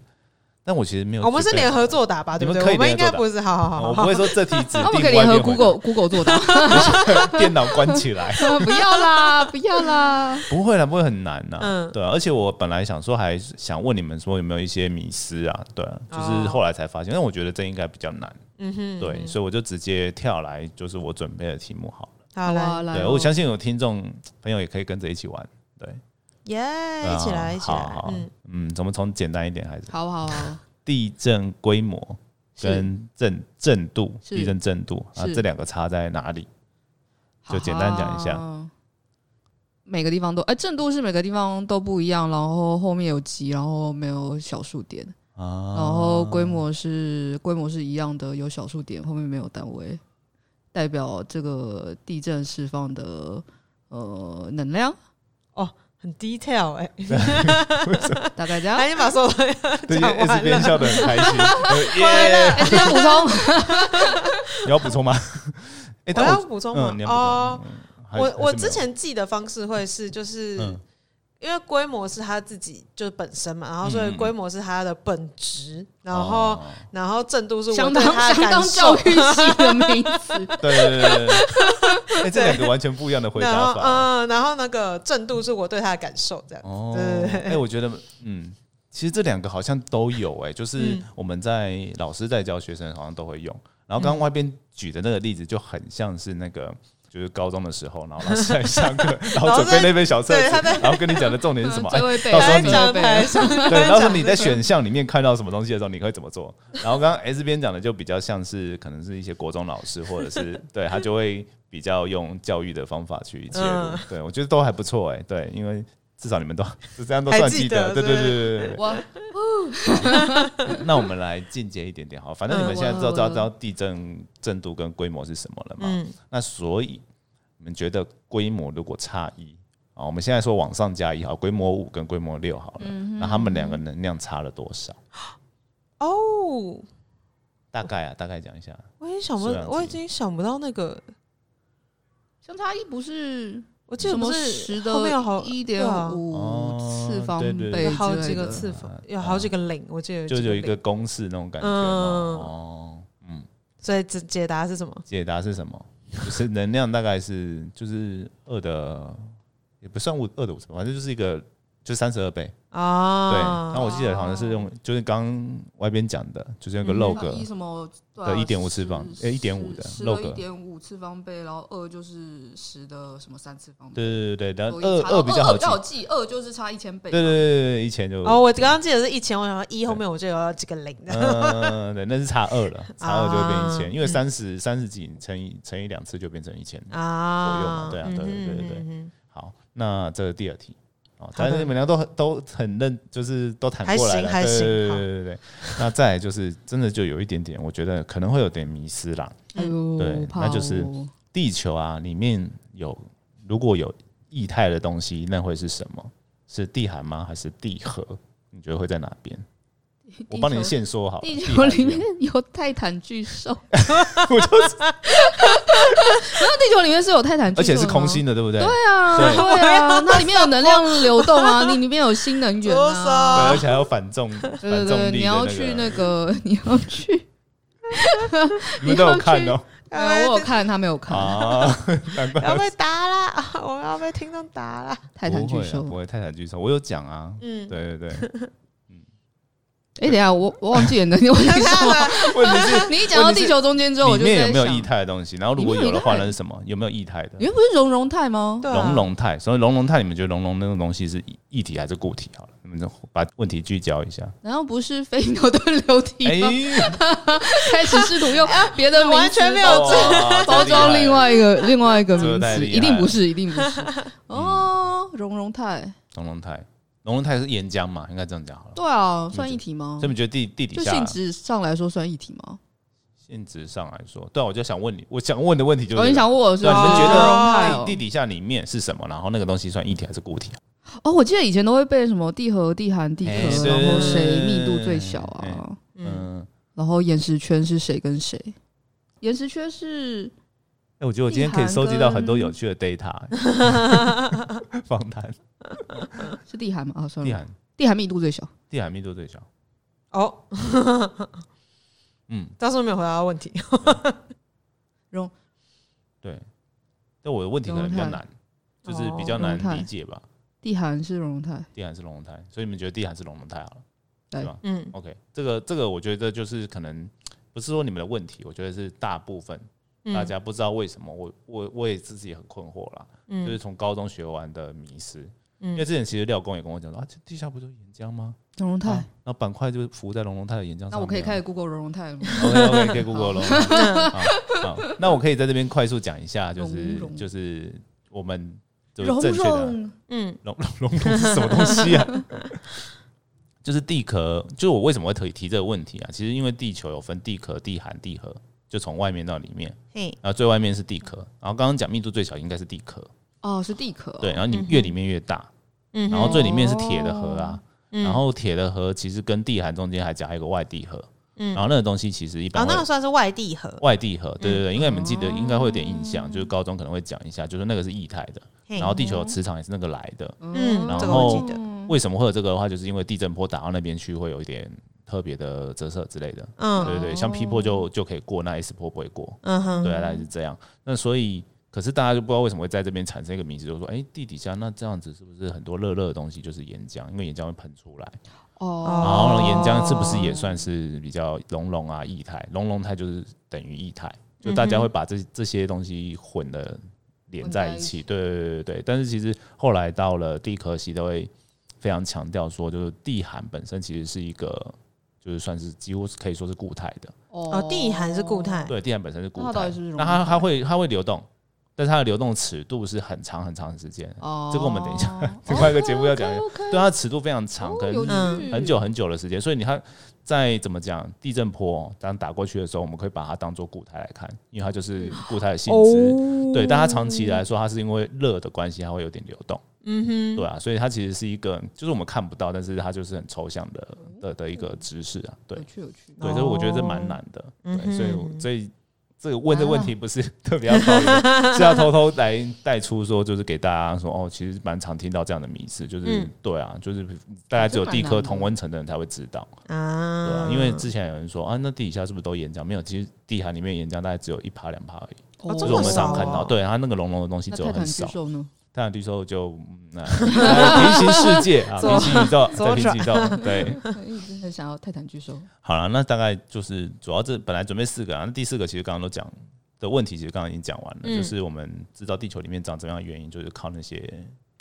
Speaker 3: 但我其实没有，
Speaker 1: 我们是联合，作啊答吧，对不对？
Speaker 3: 你们可以
Speaker 1: 我们应该
Speaker 3: 联合作答
Speaker 1: 不是，好好好
Speaker 3: 我
Speaker 1: 好
Speaker 3: 不
Speaker 1: 好。
Speaker 3: 会说这题 指
Speaker 2: 那我们
Speaker 3: 定
Speaker 2: 可
Speaker 3: Y
Speaker 2: 以联合
Speaker 3: 边回
Speaker 2: Google Google 做到，
Speaker 3: 答， 电脑关起 来，
Speaker 2: 不要啦，不要啦。
Speaker 3: 不会啦，不会很难呐、
Speaker 1: 嗯
Speaker 3: 对啊、而且我本来想说，还想问你们说有没有一些迷思啊？对啊、就是后来才发现，但我觉得这应该比较难，
Speaker 1: 哦嗯哼，
Speaker 3: 对，所以我就直接跳来，就是我准备的题目好了。
Speaker 1: 好来，
Speaker 2: 啊，来
Speaker 3: 对，
Speaker 2: 哦，
Speaker 3: 我相信有听众朋友也可以跟着一起玩。对，
Speaker 1: 耶，
Speaker 3: 对啊
Speaker 1: 哎一起来，一起
Speaker 3: 好
Speaker 1: 来
Speaker 3: 好，
Speaker 1: 嗯，
Speaker 3: 嗯，怎么从简单一点开始？
Speaker 2: 哦好好好，
Speaker 3: 地震规模
Speaker 2: 是
Speaker 3: 跟震震度，
Speaker 2: 是
Speaker 3: 地震震度啊，
Speaker 2: 是
Speaker 3: 这两个差在哪里？就简单讲一下。
Speaker 2: 好每个地方都，哎，震度是每个地方都不一样，然后后面有级，然后没有小数点，
Speaker 3: 啊，
Speaker 2: 然
Speaker 1: 哦
Speaker 2: 后规
Speaker 3: 哦
Speaker 2: 模是规模是一样的，有小数点，后面没有单位，代表这个地震释放的呃能量，哦
Speaker 1: 很 detail 哎，
Speaker 2: 大概这样。
Speaker 1: 赶紧把所有东西
Speaker 3: 对
Speaker 1: 讲完了
Speaker 3: ，S 边笑得很开 心。
Speaker 1: 回来。
Speaker 2: 哎，这边补 充，
Speaker 3: 你要补充吗？哎，
Speaker 1: 我
Speaker 3: 但
Speaker 1: 要
Speaker 3: 我
Speaker 1: 补充
Speaker 3: 嗯，你
Speaker 1: 吗？
Speaker 3: 要补
Speaker 1: 哦，
Speaker 3: 充嗯还
Speaker 1: 我
Speaker 3: 还是
Speaker 1: 我
Speaker 3: 没
Speaker 1: 之
Speaker 3: 有
Speaker 1: 前记的方式会是，就是
Speaker 3: 嗯
Speaker 1: 因为规模是他自己就是本身嘛，然后所以
Speaker 3: 嗯嗯嗯
Speaker 1: 规模是他的本职，然后、
Speaker 3: 哦
Speaker 1: 然后正度是我
Speaker 2: 相
Speaker 1: 对
Speaker 2: 当
Speaker 1: 他的
Speaker 2: 相
Speaker 1: 感
Speaker 2: 当教
Speaker 1: 受
Speaker 2: 育，系的名词，
Speaker 3: 对对对对 对，哎，这两个完全不一样的回
Speaker 1: 然
Speaker 3: 答
Speaker 1: 后
Speaker 3: 法。
Speaker 1: 嗯，然后那个正度是我对他的感受，这样
Speaker 3: 哦
Speaker 1: 对，
Speaker 3: 哎，我觉得，嗯，其实这两个好像都有，哎，就是
Speaker 1: 嗯
Speaker 3: 我们在老师在教学生，好像都会用。然后刚刚外边举的那个例子就很像是那个。就是高中的时候，然后老师在 上课，然后准备那本小册
Speaker 1: 对他
Speaker 3: 子
Speaker 1: 在，嗯
Speaker 3: 然后跟你讲的重点是什么？哎
Speaker 2: 这位背，
Speaker 3: 到时候
Speaker 1: 在
Speaker 3: 你
Speaker 1: 讲台上，
Speaker 3: 对，到时候你
Speaker 1: 讲这
Speaker 3: 在
Speaker 1: 个
Speaker 3: 选项里面看到什么东西的时候，你会怎么做？ 然后刚刚 S 边讲的就比较像是可能是一些国中老师，或者 是对他就会比较用教育的方法去切入。
Speaker 1: 嗯
Speaker 3: 对我觉得都还不错哎、对，因为至少你们都就这样 都
Speaker 1: 还
Speaker 3: 算
Speaker 1: 记
Speaker 3: 记
Speaker 1: 得
Speaker 3: 对对
Speaker 1: 对
Speaker 3: 对 对对
Speaker 2: 我
Speaker 3: 对。那我们来进阶一点点好，反正你们
Speaker 2: 嗯
Speaker 3: 现在知
Speaker 2: 我
Speaker 3: 道知道
Speaker 2: 我
Speaker 3: 知道地震震度跟规模是什么了嘛？
Speaker 1: 嗯，
Speaker 3: 那所以你们觉得规模如果差一啊，我们现在说往上加一好，规模五跟规模六好了，
Speaker 1: 嗯
Speaker 3: 那他们两个能量差了多少？
Speaker 1: 哦，
Speaker 3: 大概啊，大概讲一下。
Speaker 1: 我也想不
Speaker 3: 是啊，
Speaker 1: 我已经想不到那个，
Speaker 2: 相差一不是
Speaker 1: 我记得
Speaker 2: 什
Speaker 1: 不
Speaker 2: 么
Speaker 1: 是
Speaker 2: 十
Speaker 1: 后面有
Speaker 2: 的
Speaker 1: 好
Speaker 2: 一
Speaker 1: 对
Speaker 2: 点
Speaker 1: 啊
Speaker 2: 五
Speaker 3: 哦
Speaker 2: 次方
Speaker 3: 对对对
Speaker 2: 倍
Speaker 1: 有好几个
Speaker 2: 之类的
Speaker 1: 次方，有好几个零，我记得
Speaker 3: 嗯就
Speaker 1: 几
Speaker 3: 有一
Speaker 1: 零
Speaker 3: 个，公式那种感觉嘛。
Speaker 1: 嗯
Speaker 3: 哦，嗯，
Speaker 1: 所以解解答是什么？
Speaker 3: 解答是什么？ 就是能量大概是就是二的，也不算五二的五十八，反正就是一个就三十二倍。
Speaker 1: 啊，
Speaker 3: 对，然后我记得好像是用就是刚外边讲的，就是用个
Speaker 1: 嗯
Speaker 3: log，、
Speaker 2: 一什么啊
Speaker 3: 对1.5次方哎1.5的
Speaker 2: 六
Speaker 3: log
Speaker 2: 一点五次方倍，然后二就是十的什么三次方倍，
Speaker 3: 对对对对，然后
Speaker 2: 所以哦
Speaker 3: 二
Speaker 2: 差到
Speaker 3: 二比较好
Speaker 2: 比
Speaker 3: 记
Speaker 2: 较。好记，二就是差一千倍嘛，
Speaker 3: 对对对对对，以前就
Speaker 1: 哦，我刚刚记得是一千，我想到一后面我就有几个零的，
Speaker 3: 嗯，对，那是差二了，差二就会变一
Speaker 1: 啊
Speaker 3: 千，因为
Speaker 1: 嗯
Speaker 3: 三十三十几乘以乘以两次就变成一千了。嗯左右
Speaker 1: 啊嗯
Speaker 3: 嘛，对啊对对对对
Speaker 1: 对，
Speaker 3: 好，那这是第二题。哦，
Speaker 1: 好的
Speaker 3: 但是你们俩都很都很认，就是都谈
Speaker 1: 还
Speaker 3: 过来了，
Speaker 1: 行还
Speaker 3: 对
Speaker 1: 行
Speaker 3: 对
Speaker 1: 好
Speaker 3: 对对对对。那再来就是，真的就有一点点，我觉得可能会有点迷失啦。
Speaker 2: 哎呦，
Speaker 3: 嗯对
Speaker 2: 怕
Speaker 3: 那就是
Speaker 2: 哦
Speaker 3: 地球啊，里面有如果有液态的东西，那会是什么？是地寒吗？还是地核？你觉得会在哪边？我帮你现说好了。
Speaker 2: 地
Speaker 3: 地
Speaker 2: 球
Speaker 3: 寒
Speaker 2: 里
Speaker 3: 边
Speaker 2: 面有泰坦巨兽，
Speaker 3: 我就是，
Speaker 2: 那地球里面是有泰坦巨兽，
Speaker 3: 而且是空。心的，对不对？对
Speaker 2: 对啊，
Speaker 3: 对
Speaker 2: 对 啊，那里面有能量流动啊，你里面有新能源啊，
Speaker 3: 而且还有反重
Speaker 2: 对
Speaker 3: 反
Speaker 2: 对
Speaker 3: 重
Speaker 2: 对，
Speaker 3: 力
Speaker 2: 你要去
Speaker 3: 的
Speaker 2: 那个， 你要去，
Speaker 3: 你们都有看
Speaker 2: 你
Speaker 3: 哦
Speaker 2: 要呃我有看，他没有看
Speaker 3: 啊，难怪
Speaker 1: 哎要被打啦， 我们要被听众打啦。
Speaker 2: 泰坦巨兽
Speaker 3: 不会啊。不会泰坦巨兽，我有讲啊。
Speaker 1: 嗯，
Speaker 3: 对 对对，
Speaker 2: 哎，等一下，我我忘记了，你问题是什么？
Speaker 3: 问题是
Speaker 2: 你一讲到地球中间之后，我
Speaker 3: 里
Speaker 2: 就
Speaker 3: 面
Speaker 2: 在
Speaker 3: 有没有
Speaker 2: 想
Speaker 3: 液，态的东西？然后如果
Speaker 2: 里面
Speaker 3: 有
Speaker 2: 有
Speaker 3: 的话，
Speaker 2: 液态
Speaker 3: 那是什么？有没有液态的
Speaker 2: 里？面不是熔融态吗？
Speaker 1: 对啊
Speaker 3: 熔，融态，所以熔融态，你们觉得熔融那种东西是液体还是固体？好了，你们就把问题聚焦一下。
Speaker 2: 难道不是非牛顿流体
Speaker 3: 哎
Speaker 2: 吗？，开始试图 用别的名词
Speaker 1: 啊完全没有
Speaker 3: 哇
Speaker 2: 包装另外一个另外一个
Speaker 3: 这个
Speaker 2: 名
Speaker 3: 太
Speaker 2: 词，
Speaker 3: 厉害嗯
Speaker 2: 一定不是，一定不是。哦，熔融态，
Speaker 3: 熔融态，熔融态是岩浆嘛？应该这样讲好了。
Speaker 2: 对啊，算一体吗
Speaker 3: 所以？你觉得地地底
Speaker 2: 就
Speaker 3: 下
Speaker 2: 性质上来说算一体吗？
Speaker 3: 性质上来说，对啊，我就想问你，我想问的问题就是
Speaker 2: 哦，你想问我是
Speaker 3: 对啊你们觉得
Speaker 2: 熔融态
Speaker 3: 地
Speaker 2: 哦
Speaker 3: 地底下里面是什么？然后那个东西算液体还是固体？啊
Speaker 2: 哦，我记得以前都会背什么地核、地寒、地
Speaker 3: 哎
Speaker 2: 壳，
Speaker 3: 对
Speaker 2: 然后谁密度最小
Speaker 3: 哎
Speaker 2: 啊？
Speaker 1: 嗯，
Speaker 3: 嗯，
Speaker 2: 然后岩石圈是谁跟谁？岩石圈是
Speaker 3: 哎、我觉得我今天可以收集到很多有趣的 data、访谈，
Speaker 2: 是地寒吗？啊
Speaker 3: 地
Speaker 2: ，sorry，
Speaker 3: 海
Speaker 2: 地寒密度最小。
Speaker 3: 地海密度最小。
Speaker 1: 哦，
Speaker 3: 嗯，
Speaker 1: 到时候没有回答到问 题。
Speaker 3: 对。但我的问题可能比较难，就是比
Speaker 2: 哦
Speaker 3: 较难理解吧。
Speaker 2: 地寒是熔融态，
Speaker 3: 地海是龙龙胎，所以你们觉得地海是龙龙胎好了，对
Speaker 2: 对
Speaker 3: 吧
Speaker 1: 嗯，
Speaker 3: ？OK，这个这个我觉得就是可能不是说你们的问题，我觉得是大部分
Speaker 1: 嗯
Speaker 3: 哦大家不知道为什么，我我我也自己也很困惑啦，
Speaker 1: 嗯
Speaker 3: 就是从高中学完的迷失。因为
Speaker 1: 嗯
Speaker 3: 之前其实廖工也跟我讲说啊，这地下不就是岩浆吗？
Speaker 2: 熔融态
Speaker 3: 啊。，那板块就浮在龙龙态的岩浆上面啊。
Speaker 2: 那我可以开始 Google 熔融态了吗？
Speaker 3: OK OK，可以 Google 了。
Speaker 1: 嗯
Speaker 3: 好，好那我可以在这边快速讲一 下，就是
Speaker 2: 龙龙
Speaker 3: 就是我们就是
Speaker 2: 熔
Speaker 3: 正确的
Speaker 2: 融
Speaker 1: 嗯
Speaker 3: 龙龙龙是什么东 西啊？就是地壳，就是我为什么会提提这个问题啊？其实因为地球有分地壳、地寒、地核，就从外面到里面，
Speaker 1: 嘿，
Speaker 3: 然后最外面是地壳，然后刚刚讲密度最小应该是地壳，
Speaker 2: 哦，是地壳哦。
Speaker 3: 对，然后
Speaker 1: 嗯
Speaker 3: 你
Speaker 1: 哼
Speaker 3: 越里面越大，
Speaker 1: 嗯
Speaker 3: 然后最里面是铁的核啊，
Speaker 1: 嗯
Speaker 3: 然后铁的核其实跟地寒中间还夹一个外地核，
Speaker 1: 嗯
Speaker 3: 然后那个东西其实一
Speaker 1: 啊
Speaker 3: 般，会
Speaker 1: 那个算是外地河，嗯
Speaker 3: 外地核，对对对，应该你们记得，应该会有点印象，就是高中可能会讲一下，就是那个是液态的，
Speaker 1: 嘿
Speaker 3: 然后地球的磁场也是那个来的。
Speaker 1: 嗯
Speaker 3: 然
Speaker 1: 这个我
Speaker 3: 后
Speaker 1: 记得，
Speaker 3: 为什么会有这个的话，就是因为地震波打到那边去会有一点特别的折射之类的。对
Speaker 1: 嗯
Speaker 3: 对对，像 P 波就就可以过，那 S 波不会过。
Speaker 1: 嗯哼，
Speaker 3: 对啊，大概是这样。那所以，可是大家就不知道为什么会在这边产生一个迷思，就是说，哎、地底下那这样子是不是很多热热的东西就是岩浆？因为岩浆会喷出来，然
Speaker 2: 哦，
Speaker 3: 后呢岩浆是不是也算是比较熔融啊液态？熔融态就是等于液态，
Speaker 1: 嗯
Speaker 3: 就
Speaker 2: 嗯
Speaker 3: 大家会把这这些东西混的连在一起。对对对对对。但是其实后来到了地科系，都会非常强调说，就是地函本身其实是一个。就是算是几乎是可以说是固态的，
Speaker 1: 哦，地函是固态，
Speaker 3: 对，地函本身是固
Speaker 2: 那它到
Speaker 3: 态
Speaker 2: 底是不是，
Speaker 3: 那
Speaker 2: 溶
Speaker 3: 它
Speaker 2: 液
Speaker 3: 它会它会流动，但是它的流动尺度是很长很长的时间。
Speaker 2: 哦，
Speaker 3: 这个我们等一下 另外一个节目要讲一下
Speaker 2: OK，OK，OK
Speaker 3: 对，它的尺度非常长，可
Speaker 2: 哦
Speaker 3: 能
Speaker 1: 嗯
Speaker 2: 有趣
Speaker 3: 很久很久的时间。所以你看，在怎么讲地震波当打过去的时候，我们可以把它当做固态来看，因为它就是固态的性
Speaker 2: 哦
Speaker 3: 质。
Speaker 1: 哦
Speaker 3: 对，但它长期
Speaker 2: 嗯
Speaker 3: 来说，它是因为热的关系，它会有点流动。
Speaker 1: 嗯
Speaker 3: 对啊，所以它其实是一个，就是我们看不到，但是它就是很抽象的的的一个知识啊。对
Speaker 2: 有，趣有趣。
Speaker 3: 对，所以我觉得这
Speaker 2: 哦
Speaker 3: 蛮难的。
Speaker 1: 嗯
Speaker 3: 对，所以我
Speaker 1: 哼
Speaker 3: 所以这个问这个问
Speaker 2: 啊
Speaker 3: 题不是特别要考虑， 是要偷偷来带出说，就是给大家说哦，其实蛮常听到这样的迷思，就是、
Speaker 1: 嗯
Speaker 3: 对啊，就是大概只有地
Speaker 2: 这蛮难的
Speaker 3: 科
Speaker 2: 嗯
Speaker 3: 同温层的人才会知道，
Speaker 1: 哼
Speaker 3: 对
Speaker 1: 啊
Speaker 3: 啊，因为之前有人说啊，那地底下是不是都岩浆？没有，其实地涵里面岩浆大概只有一趴两趴而已，
Speaker 1: 哦
Speaker 3: 就
Speaker 1: 这
Speaker 3: 是
Speaker 1: 么
Speaker 3: 我们
Speaker 1: 少
Speaker 3: 常看到，
Speaker 1: 啊
Speaker 3: 对它那个隆隆的东西
Speaker 2: 那
Speaker 3: 只有
Speaker 2: 泰
Speaker 3: 很
Speaker 2: 坦巨
Speaker 3: 少。
Speaker 2: 兽 呢？
Speaker 3: 太阳巨兽就嗯那平行世界 啊，
Speaker 1: 左
Speaker 3: 平行宇宙，在
Speaker 1: 左
Speaker 3: 平行宇宙，对。
Speaker 2: 一直很想要泰坦巨兽。
Speaker 3: 好了，那大概就是主要这本来准备四个啊，那第四个其实刚刚都讲的问题，其实刚刚已经讲完了，
Speaker 1: 嗯
Speaker 3: 就是我们知道地球里面长怎么样的原因，就是靠那些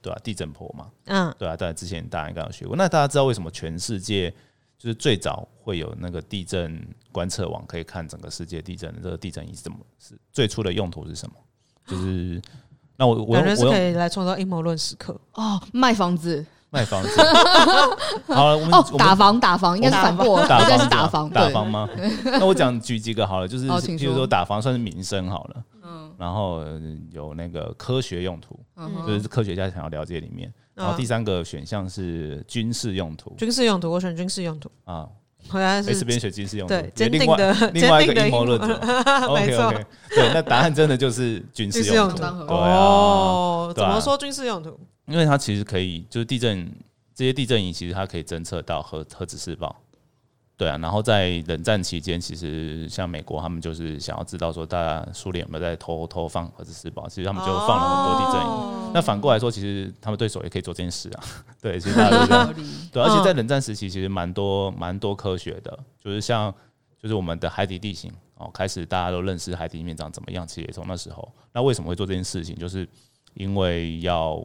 Speaker 3: 对吧、啊地震波嘛，
Speaker 1: 嗯
Speaker 3: 对啊，大家之前大家应该有学过。那大家知道为什么全世界就是最早会有那个地震观测网可以看整个世界地震的这个地震仪是怎么是最初的用途是什么？就是那我我
Speaker 1: 感觉
Speaker 3: 用
Speaker 1: 是
Speaker 3: 我
Speaker 1: 可
Speaker 3: 用
Speaker 1: 以来创造阴谋论时刻，
Speaker 2: 哦，卖房子
Speaker 3: 卖房子，好了，我
Speaker 2: 哦
Speaker 3: 们、我，们哦
Speaker 2: 打房打房应该是反过，
Speaker 3: 打
Speaker 2: 应该
Speaker 3: 房
Speaker 2: 是打房
Speaker 3: 房打
Speaker 2: 对。
Speaker 3: 房 吗？那我讲举几个好了，就是
Speaker 2: 好请
Speaker 3: 譬如
Speaker 2: 说
Speaker 3: 说打房算是民生好了，嗯，然后呃有那个科学用途，
Speaker 2: 嗯
Speaker 3: 就
Speaker 2: 哼
Speaker 3: 是科学家想要了解里面，然后
Speaker 1: 啊
Speaker 3: 第三个选项是军事用途
Speaker 1: 军事用途，我选军事用途，
Speaker 3: 啊，
Speaker 1: 好像
Speaker 3: 哎，这
Speaker 1: 是
Speaker 3: 边选军事用途
Speaker 1: 对，
Speaker 3: 有
Speaker 1: 坚定
Speaker 3: 另外
Speaker 1: 的
Speaker 3: 另外一个
Speaker 1: 坚定的
Speaker 3: 阴谋论者哦
Speaker 1: 没
Speaker 3: ，OK
Speaker 1: 错
Speaker 3: OK，对，那答案真的就是军
Speaker 1: 军
Speaker 3: 事
Speaker 1: 事用
Speaker 3: 途，
Speaker 1: 途
Speaker 3: 对啊，
Speaker 1: 哦，
Speaker 3: 对
Speaker 1: 怎
Speaker 3: 啊
Speaker 1: 么说军事用途？
Speaker 3: 因为它其实可以，就是地震这些地震仪，其实它可以侦测到核核子试爆。对啊，然后在冷战期间，其实像美国他们就是想要知道说，大家苏联有没有在偷偷放核子试爆，其实他们就放了很多地震仪。
Speaker 1: 哦
Speaker 3: 那反过来说，其实他们对手也可以做这件事啊。 对，其实大家都这样。
Speaker 2: 合理
Speaker 3: 对，而且在
Speaker 1: 嗯
Speaker 3: 冷战时期，其实蛮多蛮多科学的，就是像就是我们的海底地形哦，开始大家都认识海底面长怎么样，其实也从那时候。那为什么会做这件事情？就是因为要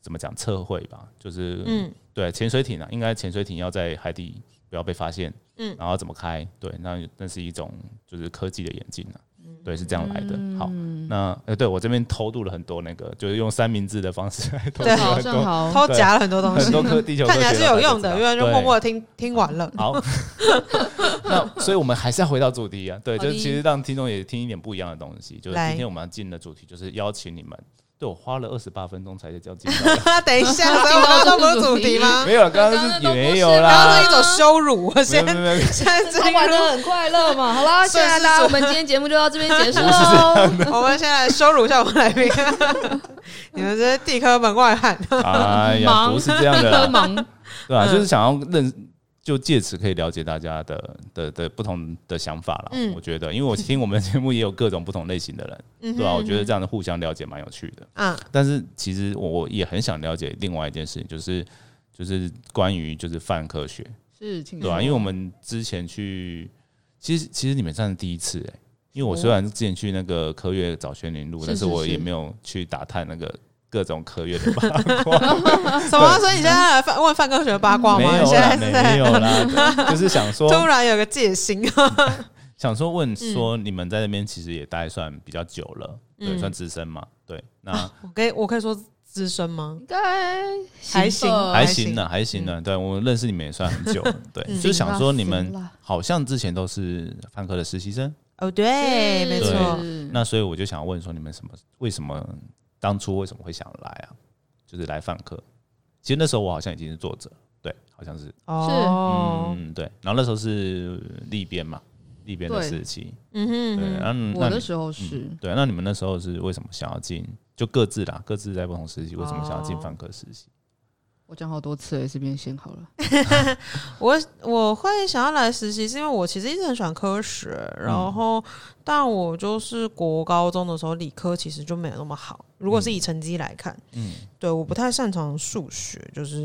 Speaker 3: 怎么讲测绘吧，就是
Speaker 1: 嗯
Speaker 3: 对潜水艇啊，应该潜水艇要在海底不要被发现，
Speaker 1: 嗯
Speaker 3: 然后怎么开？对，那那是一种就是科技的演进啊，
Speaker 1: 嗯
Speaker 3: 对，是这样来的。好，那呃，对我这边偷渡了很多那个，就是用三明治的方式来偷渡
Speaker 1: 对
Speaker 3: 了
Speaker 2: 好
Speaker 3: 很
Speaker 2: 正
Speaker 3: 多
Speaker 2: 好，
Speaker 1: 偷夹了很多 东
Speaker 3: 很
Speaker 1: 西，
Speaker 3: 多科地球科
Speaker 1: 看起
Speaker 3: 学
Speaker 1: 来是
Speaker 3: 大家
Speaker 1: 有
Speaker 3: 都
Speaker 1: 用
Speaker 3: 知
Speaker 1: 的，
Speaker 3: 道
Speaker 1: 因为就
Speaker 3: 对
Speaker 1: 默默地听听完 了。
Speaker 3: 好，那所以我们还是要回到主题啊，对，
Speaker 2: 好
Speaker 3: 就
Speaker 2: 的
Speaker 3: 是其实让听众也听一点不一样的东西。就是
Speaker 1: 来
Speaker 3: 今天我们要进的主题就是邀请你们，对我花了二十八分钟才叫进 到的，
Speaker 1: 等一下， 所以我刚刚说不是主题吗？
Speaker 3: 没有，刚
Speaker 2: 刚
Speaker 3: 刚
Speaker 2: 刚
Speaker 3: 是
Speaker 2: 都不是
Speaker 3: 没有
Speaker 1: 刚刚
Speaker 3: 啦
Speaker 1: 是一，种羞辱，我
Speaker 3: 没有
Speaker 1: 先
Speaker 3: 没有没有，
Speaker 1: 现在进
Speaker 2: 他玩
Speaker 1: 入，
Speaker 2: 的很快乐嘛。好啦，
Speaker 1: 是
Speaker 2: 现在大
Speaker 1: 是
Speaker 2: 家我们今天节目就到这边结 束喽。
Speaker 1: 我们先来羞辱一下我们 来宾，你们这些地科门外汉。
Speaker 3: 哎呀，
Speaker 2: 忙
Speaker 3: 不是这样
Speaker 2: 科
Speaker 3: 的 啦，
Speaker 2: 盲
Speaker 3: 对
Speaker 1: 嗯
Speaker 3: 吧、就是想要认，就借此可以了解大家的的的不同的想法啦。
Speaker 1: 嗯
Speaker 3: 我觉得，因为我听我们的节目也有各种不同类型的人，对啊吧、我觉得这样的互相了解蛮有趣的。
Speaker 1: 嗯
Speaker 3: 但是其实我我也很想了解另外一件事情，就是就是关于就是泛科学，
Speaker 2: 是，
Speaker 1: 嗯
Speaker 2: 请
Speaker 3: 对吧、啊
Speaker 2: 说
Speaker 3: 因为我们之前去，其实其实你们算是第一次哎、因为我虽然之前去那个科月找轩林路，
Speaker 2: 是
Speaker 3: 但是
Speaker 2: 是
Speaker 3: 我
Speaker 2: 是
Speaker 3: 也没有去打探那个各种科月的 八卦，
Speaker 1: 什么？所以你现在来犯问范科学八卦
Speaker 3: 没
Speaker 1: 吗？
Speaker 3: 有
Speaker 1: 你现
Speaker 3: 啦，
Speaker 1: 在是
Speaker 3: 没
Speaker 1: 在
Speaker 3: 有啊 啦，就是想
Speaker 1: 突
Speaker 3: 说
Speaker 1: 然有个戒心，
Speaker 3: 想说问说你们在那边其实也待算比较久了，对，
Speaker 1: 嗯
Speaker 3: 算资深嘛，对，那
Speaker 1: 我可以我可以说资深吗？
Speaker 2: 应该
Speaker 1: 还行
Speaker 2: 吧
Speaker 3: 还
Speaker 1: 哦还
Speaker 3: 行
Speaker 1: 行嗯
Speaker 3: 呢，还行啊呢。对我认识你们也算很久了，对，
Speaker 2: 行
Speaker 3: 就想
Speaker 2: 啦
Speaker 3: 说你
Speaker 2: 行
Speaker 3: 们
Speaker 2: 啦
Speaker 3: 好像之前都是范科的实习生，
Speaker 1: 哦，对，
Speaker 2: 是
Speaker 1: 没错，
Speaker 2: 是
Speaker 3: 那所以我就想问说你们什么为什么当初为什么会想来啊？就是来范科。其实那时候我好像已经是作者，对，好像是，
Speaker 1: 哦，
Speaker 3: 嗯，对。然后那时候是立编嘛，那边的
Speaker 2: 对
Speaker 3: 时期。
Speaker 1: 嗯哼
Speaker 3: 对，啊
Speaker 1: 嗯
Speaker 3: 然
Speaker 1: 哼，
Speaker 2: 我
Speaker 3: 后那
Speaker 2: 的
Speaker 3: 你
Speaker 2: 时候是
Speaker 3: 嗯，对，那你们那时候是为什么想要进？就各自啦，各自在不同时期，为什么想要进
Speaker 1: 哦
Speaker 3: 泛科实习？
Speaker 2: 我讲好多次了，这边先好了。
Speaker 1: 我我会想要来实习，是因为我其实一直很喜欢科学，然
Speaker 3: 嗯
Speaker 1: 后、但我就是国高中的时候理科其实就没有那么好，如果是以成绩来看，
Speaker 3: 嗯，
Speaker 1: 对，我不太擅长数学，就是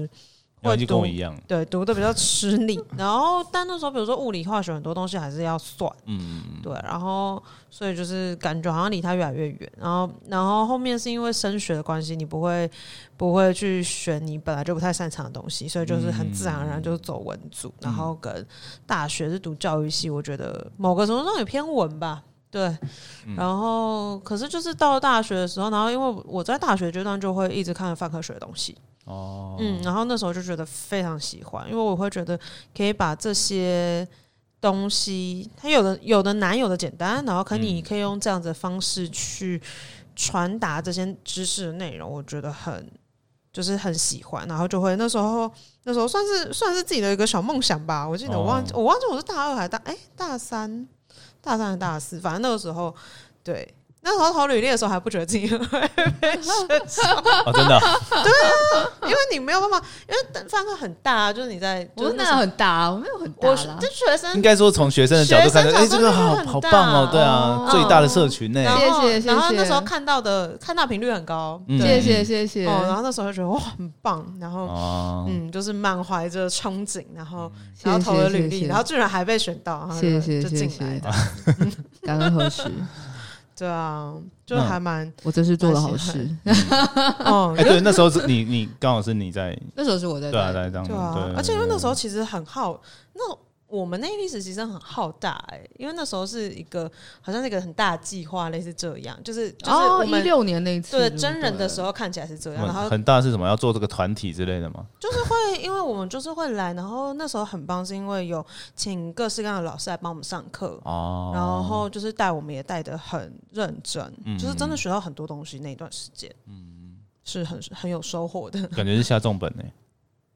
Speaker 3: 然后
Speaker 1: 会
Speaker 3: 就跟
Speaker 1: 读
Speaker 3: 我一样，
Speaker 1: 对读的比较吃力。然后但那时候比如说物理、化学很多东西还是要算。
Speaker 3: 嗯，
Speaker 1: 对，然后所以就是感觉好像离他越来越远，然后然后后面是因为升学的关系，你不会不会去选你本来就不太擅长的东西，所以就是很自然而然就是走文组，然后跟大学是读教育系，我觉得某个程度上也偏文吧。对，然后可是就是到了大学的时候，然后因为我在大学阶段就会一直看泛科学的东西，
Speaker 3: 哦，
Speaker 1: 嗯，然后那时候就觉得非常喜欢，因为我会觉得可以把这些东西，它有的有的难，有的简单，然后可你可以用这样子的方式去传达这些知识的内容，我觉得很就是很喜欢，然后就会那时候那时候算是算是自己的一个小梦想吧，我记得我忘记、
Speaker 3: 哦
Speaker 1: 我忘记我是大二还是大哎、大三大三还是大四，反正那个时候对。那时候投履历的时候还不觉得自己会 被选上，
Speaker 3: 哦，真的啊，
Speaker 1: 因为你没有办法，因为等饭课很大啊，就是你在，就
Speaker 2: 我
Speaker 1: 是
Speaker 2: 们
Speaker 1: 那
Speaker 2: 那
Speaker 1: 时候
Speaker 2: 很大，我没有很大
Speaker 1: 我
Speaker 2: 啦
Speaker 1: 这。学
Speaker 3: 应
Speaker 1: 生，
Speaker 3: 该说从学生的角度看，
Speaker 1: 学生
Speaker 3: 哎，
Speaker 1: 角
Speaker 3: 这
Speaker 1: 度真
Speaker 3: 个
Speaker 1: 的
Speaker 3: 好
Speaker 1: 很
Speaker 3: 好
Speaker 1: 大哦
Speaker 3: 棒哦，对啊
Speaker 2: 哦，
Speaker 3: 最大的社群呢，
Speaker 1: 然后
Speaker 2: 谢谢谢谢
Speaker 1: 然后那时候看到的看到频率很高，
Speaker 3: 嗯
Speaker 2: 谢谢谢谢。
Speaker 1: 哦，然后那时候就觉得哇很棒，然后
Speaker 3: 哦，嗯
Speaker 1: 嗯，就是满怀着憧憬，然后
Speaker 2: 谢
Speaker 1: 然后投了
Speaker 2: 谢
Speaker 1: 履
Speaker 2: 谢
Speaker 1: 历，
Speaker 2: 谢
Speaker 1: 然后居然还被选到，然后
Speaker 2: 谢
Speaker 1: 就
Speaker 2: 谢
Speaker 1: 就
Speaker 2: 谢
Speaker 1: 进来
Speaker 2: 谢
Speaker 1: 的，，
Speaker 2: 感恩何时？
Speaker 1: 对啊，就
Speaker 3: 嗯
Speaker 1: 还 蛮
Speaker 2: 我真是做了好
Speaker 1: 蛮喜欢
Speaker 2: 事。
Speaker 1: 哦
Speaker 3: 哎，，对，那时候是你你刚好是你在，
Speaker 2: 那时候是我在
Speaker 3: 对啊，
Speaker 2: 带，
Speaker 3: 在当，
Speaker 1: 对啊
Speaker 3: 对，，
Speaker 1: 而且因为那时
Speaker 3: 候
Speaker 1: 候其实很好，那我们那一批实习生很浩大哎、因为那时候是一个好像是一个很大的计划，类似这样，就是就是我
Speaker 2: 哦，一
Speaker 1: 们
Speaker 2: 六年那一次，
Speaker 1: 对
Speaker 2: 不
Speaker 1: 真人的时候看起来是这样，然后
Speaker 3: 很大是什么？要做这个团体之类的吗？
Speaker 1: 就是会，因为我们就是会来，然后那时候很棒，是因为有请各式各样的老师来帮我们上课，
Speaker 3: 哦，
Speaker 1: 然后就是带我们也带的很认真，
Speaker 3: 嗯
Speaker 1: 就是真的学到很多东西。那一段时间，嗯，是很很有收获的。
Speaker 3: 感觉是下重本呢，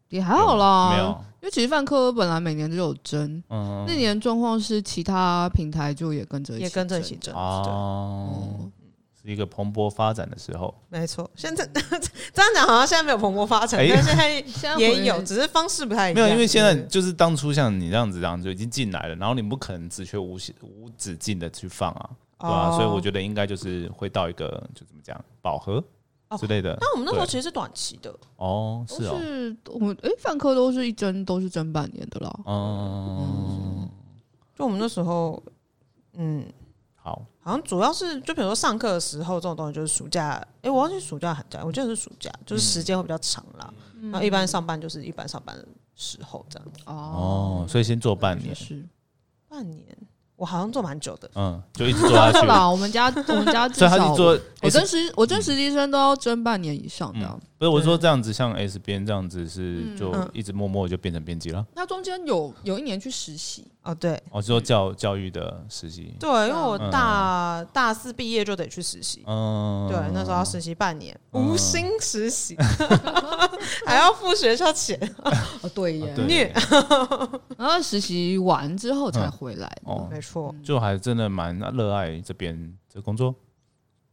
Speaker 2: 也还好啦，
Speaker 3: 没有，
Speaker 2: 因为其实泛科本来每年都有争，
Speaker 3: 嗯，
Speaker 2: 那年状况是其他平台就也跟着
Speaker 1: 也跟着一起
Speaker 2: 争
Speaker 1: 争，
Speaker 3: 哦，
Speaker 2: 哦，
Speaker 3: 是一个蓬勃发展的时候，
Speaker 1: 对，没错。现在 这样讲好像现在没有蓬勃发展，
Speaker 3: 哎
Speaker 1: 但 现在
Speaker 2: 现在
Speaker 1: 也
Speaker 2: 回
Speaker 1: 有，只是方式不太一
Speaker 3: 没
Speaker 1: 样。嗯
Speaker 3: 有，因为现在
Speaker 1: 对
Speaker 3: 就是当初像你这样子，这样就已经进来了，然后你不可能只缺无限无止境的去放啊，对吧、所以我觉得应该就是会到一个就怎么讲饱和
Speaker 1: 哦
Speaker 3: 之类的。
Speaker 1: 但我们那时候
Speaker 3: 对
Speaker 1: 其实是短期的，
Speaker 3: 哦，
Speaker 2: 都
Speaker 3: 是哦，
Speaker 2: 是我们哎，泛科都是一争都是争半年的啦。
Speaker 3: 嗯，
Speaker 1: 就我们那时候，嗯，
Speaker 3: 好，
Speaker 1: 好像主要是就比如说上课的时候这种东西，就是暑假，哎、我忘记暑假寒假，我记得是暑假，就是时间会比较长啦。然后一般上班就是一般上班的时候这样，
Speaker 3: 哦，所以先做半
Speaker 2: 也
Speaker 3: 年，
Speaker 2: 是。
Speaker 1: 半年我好像做蛮久的，
Speaker 3: 嗯，就一直做下
Speaker 2: 真的
Speaker 3: 去，
Speaker 2: 啦，我们家我们家至
Speaker 3: 所以他
Speaker 2: 少
Speaker 3: 就做。嗯
Speaker 2: 我
Speaker 3: S-
Speaker 2: 真实我真实习生都要争半年以上
Speaker 3: 嗯
Speaker 2: 的啊。
Speaker 3: 不是我是说这样子，像 S 边这样子是
Speaker 2: 嗯
Speaker 3: 就
Speaker 1: 嗯
Speaker 3: 一直默默就变成编辑了。
Speaker 2: 那中间有有一年去实习，
Speaker 1: 哦，对
Speaker 3: 哦，是说教教育的实习，
Speaker 1: 对，因为我大、大四毕业就得去实习。
Speaker 3: 嗯，
Speaker 1: 对，那时候要实习半年，
Speaker 3: 嗯
Speaker 1: 无薪实习， 还要付学校钱，
Speaker 2: 哦对耶
Speaker 3: 啊对
Speaker 1: 虐，
Speaker 2: 然后实习完之后才
Speaker 3: 嗯
Speaker 2: 回来的。
Speaker 3: 哦
Speaker 1: 没错。
Speaker 3: 就还真的蛮热爱这边这工作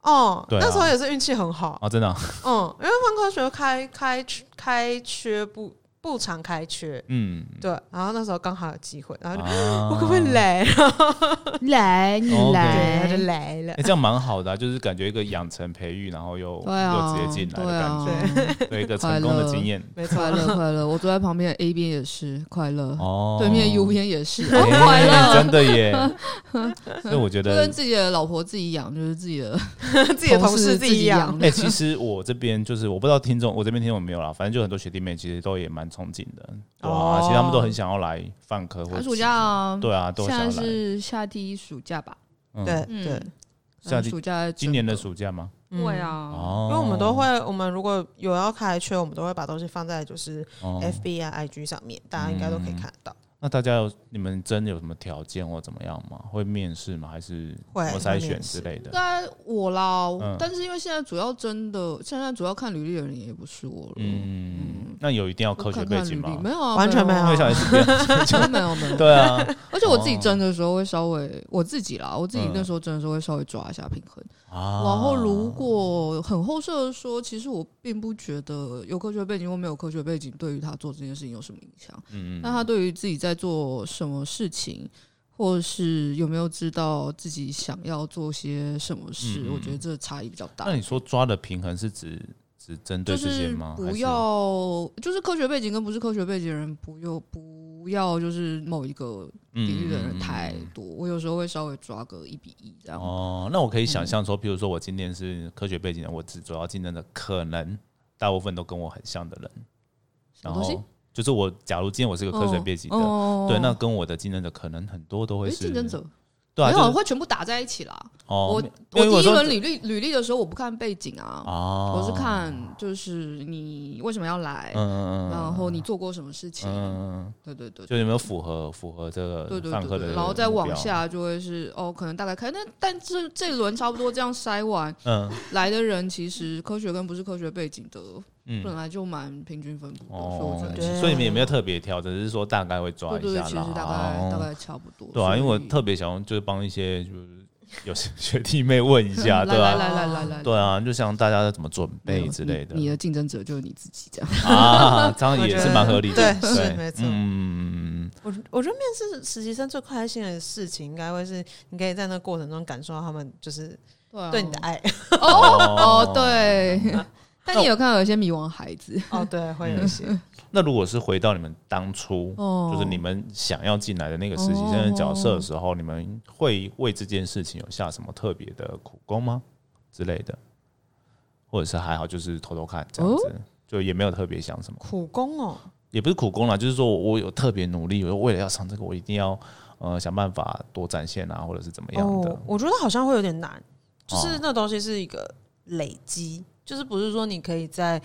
Speaker 1: 哦，
Speaker 3: 对啊
Speaker 1: 那时候也是运气很好，
Speaker 3: 啊，真的啊，
Speaker 1: 嗯，因为泛科学开开开缺不不常开缺，
Speaker 3: 嗯，
Speaker 1: 对，然后那时候刚好有机会，然后就、
Speaker 3: 啊
Speaker 1: 我可不可以来？然后
Speaker 2: 来，你
Speaker 1: 哎对，
Speaker 3: 哦
Speaker 2: 来
Speaker 1: 他，就来了
Speaker 3: 欸，。这样蛮好的、啊，就是感觉一个养成培育，然后又、
Speaker 2: 对啊，
Speaker 3: 哦又直接进来
Speaker 2: 对
Speaker 3: 的
Speaker 2: 啊
Speaker 3: 感觉，对一个成功的经验。
Speaker 1: 没错
Speaker 2: 快，乐快乐，我坐在旁边的 A 边也是快乐，
Speaker 3: 哦
Speaker 2: 对面 U 边也是
Speaker 3: 欸
Speaker 2: 快乐，
Speaker 3: 真 的耶。所以我觉
Speaker 2: 就
Speaker 3: 得
Speaker 2: 跟，自己的老婆自己养，就是自己的
Speaker 1: 自己的同
Speaker 2: 事
Speaker 1: 事自己养，
Speaker 2: 养
Speaker 3: 哎、。其实我这边就是我不知道听众，我这边听众有没有啦，反正就很多学弟妹其实都也蛮憧憬的，对啊，
Speaker 1: 哦
Speaker 3: 其实他们都很想要来放科或
Speaker 2: 寒
Speaker 3: 者
Speaker 2: 暑假啊，
Speaker 3: 对啊，都
Speaker 2: 现
Speaker 3: 想
Speaker 2: 在
Speaker 3: 要来。
Speaker 2: 是夏季暑假吧？
Speaker 3: 嗯
Speaker 1: 对，
Speaker 2: 嗯
Speaker 1: 对，
Speaker 3: 夏
Speaker 2: 嗯
Speaker 3: 季
Speaker 2: 暑假
Speaker 3: 今年的
Speaker 2: 暑
Speaker 3: 暑假吗？
Speaker 1: 嗯
Speaker 2: 对，啊，
Speaker 3: 哦
Speaker 1: 因为我们都会，我们如果有要开缺，我们都会把东西放在就是
Speaker 3: 哦嗯
Speaker 1: FB 啊、IG 上面，大家应该都可以看到。
Speaker 3: 那大家有你们真有什么条件或怎么样吗？会面试吗？还是
Speaker 1: 会
Speaker 3: 我
Speaker 1: 会
Speaker 3: 筛选
Speaker 1: 面试
Speaker 3: 之类
Speaker 2: 应
Speaker 3: 的？
Speaker 2: 该我啦，
Speaker 3: 嗯
Speaker 2: 但是因为现在主要真的，现在主要看履历的人也不是我了。
Speaker 3: 嗯，那有一定要
Speaker 2: 我
Speaker 3: 科学
Speaker 2: 看
Speaker 3: 背
Speaker 2: 看
Speaker 3: 景
Speaker 2: 履历
Speaker 3: 吗？
Speaker 2: 没有啊，
Speaker 1: 完全
Speaker 2: 啊
Speaker 1: 没
Speaker 3: 因为
Speaker 1: 有
Speaker 3: 小孩子不要
Speaker 2: 真的 没有没 有。
Speaker 3: 对啊，
Speaker 2: 而且我自己
Speaker 3: 哦
Speaker 2: 争的时候会稍微我自己啦，我自己那时候争的时候会稍微抓一下平衡。
Speaker 3: 啊
Speaker 2: 然后如果很后设的说，其实我并不觉得有科学背景或没有科学背景对于他做这件事情有什么影响。
Speaker 3: 嗯
Speaker 2: 那他对于自己在做什么事情，或是有没有知道自己想要做些什么事，
Speaker 3: 嗯嗯
Speaker 2: 我觉得这差异比较大
Speaker 3: 那。你说抓的平衡是指只针对
Speaker 2: 就
Speaker 3: 这些
Speaker 2: 是
Speaker 3: 吗？还
Speaker 2: 不
Speaker 3: 是
Speaker 2: 要，就是科学背景跟不是科学背景的人，不用不要，就是某一个
Speaker 3: 嗯
Speaker 2: 领域的
Speaker 3: 嗯嗯
Speaker 2: 人
Speaker 3: 嗯
Speaker 2: 太多。我有时候会稍微抓个一比一这样。
Speaker 3: 哦，那我可以想象说，比如说我今天是科学背景的，我只主要竞争的可能大部分都跟我很像的人，
Speaker 2: 什
Speaker 3: 然
Speaker 2: 么东西
Speaker 3: 后就是我假如今天我是个科学背景的，
Speaker 2: 哦
Speaker 3: 对，那跟我的竞争者可能很多都会
Speaker 2: 诶
Speaker 3: 是
Speaker 2: 竞争，者
Speaker 3: 对啊，
Speaker 2: 没有
Speaker 3: 就是
Speaker 2: 会全部打在一起啦。
Speaker 3: 哦，
Speaker 2: 我
Speaker 3: 因
Speaker 2: 我
Speaker 3: 为
Speaker 2: 第一
Speaker 3: 说
Speaker 2: 轮履历履历的时候，我不看背景啊，
Speaker 3: 哦，
Speaker 2: 我是看就是你为什么要来
Speaker 3: 嗯，嗯嗯，
Speaker 2: 然后你做过什么事情，
Speaker 3: 嗯，
Speaker 2: 对对对。
Speaker 3: 就有没有符合符合这
Speaker 2: 对
Speaker 3: 个
Speaker 2: 对
Speaker 3: 上
Speaker 2: 对
Speaker 3: 课
Speaker 2: 对，
Speaker 3: 的，
Speaker 2: 然后再往，下就会是哦，可能大概开那，但这这一轮差不多这样筛完
Speaker 3: 嗯
Speaker 2: 来的人，其实科学跟不是科学背景的本
Speaker 3: 嗯。
Speaker 2: 来就蛮平均分布的，所以我
Speaker 3: 哦
Speaker 2: 觉得
Speaker 1: 对啊
Speaker 3: 所以你们也没有特别挑，只是说大概会抓
Speaker 2: 对对
Speaker 3: 一
Speaker 2: 对，
Speaker 3: 下
Speaker 2: 其
Speaker 3: 啦。
Speaker 2: 实大概大
Speaker 3: 哦
Speaker 2: 概差不多。
Speaker 3: 对啊，因为我
Speaker 2: 所以
Speaker 3: 特别想就是帮一些就是有些学弟妹问一下，
Speaker 2: 来
Speaker 3: 对
Speaker 2: 来
Speaker 3: 吧、
Speaker 2: 来来来来，
Speaker 3: 对啊，就像大家怎么准
Speaker 2: 没有，
Speaker 3: 备之类的
Speaker 2: 你你的竞争者就是你自己 这样。
Speaker 3: 啊，这样也是蛮合理的，
Speaker 1: 对是没错
Speaker 3: 嗯，
Speaker 1: 我我觉得面试实习生最开心的事情，应该会是你可以在那过程中感受到他们就是
Speaker 2: 对啊
Speaker 1: 对你的爱。
Speaker 2: 哦哦， 对。但你有看到有些迷惘孩子
Speaker 1: 哦， 对，会
Speaker 3: 嗯
Speaker 1: 有一些。
Speaker 3: 那如果是回到你们当初，
Speaker 2: 哦，
Speaker 3: 就是你们想要进来的那个实习生的角色的时候，你们会为这件事情有下什么特别的苦功吗？之类的，或者是还好就是偷偷看这样
Speaker 2: 哦
Speaker 3: 子，就也没有特别想什么。
Speaker 1: 苦工哦，
Speaker 3: 也不是苦功啦，就是说我我有特别努力，我为了要上这个，我一定要呃想办法多展现啊，或者是怎么样的。
Speaker 1: 哦，我觉得好像会有点难，就是
Speaker 3: 哦
Speaker 1: 那东西是一个累积，就是不是说你可以在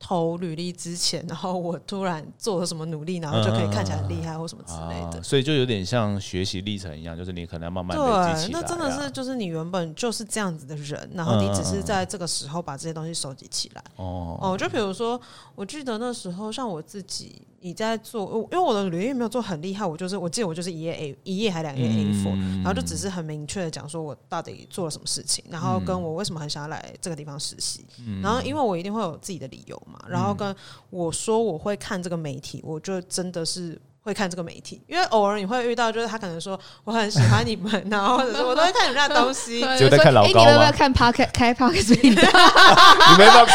Speaker 1: 投履历之前，然后我突然做了什么努力，然后就可以看起来很厉害或什么之类的
Speaker 3: 啊，。所以就有点像学习历程一样，就是你可能要慢慢累积
Speaker 1: 对，
Speaker 3: 起
Speaker 1: 那
Speaker 3: 来、啊。嗯
Speaker 1: 真的是就是你原本就是这样子的人，然后你只是在这个时候把这些东西收集起来。
Speaker 3: 哦，
Speaker 1: 哦，就比如说，我记得那时候像我自己，你在做，我因为我的履历没有做很厉害，我就是我记得我就是一页 A 一页还两页 A four，、然后就
Speaker 3: 嗯
Speaker 1: 只是很明确的讲说我到底做了什么事情，然后
Speaker 3: 嗯
Speaker 1: 跟我为什么很想要来这个地方实习，然后因为我一定会有自己的理由嘛，然后跟我说我会看这个媒体，我就真的是。会看这个媒体，因为偶尔你会遇到，就是他可能说我很喜欢你们，然后或者是我都会看你们家的东西，
Speaker 2: 对
Speaker 3: 就在
Speaker 2: 说
Speaker 3: 看老
Speaker 2: 诶
Speaker 3: 高
Speaker 2: 哎你要不
Speaker 3: 吗
Speaker 2: 要看 p a r k 开 p a r k 频道？
Speaker 3: 你没办法，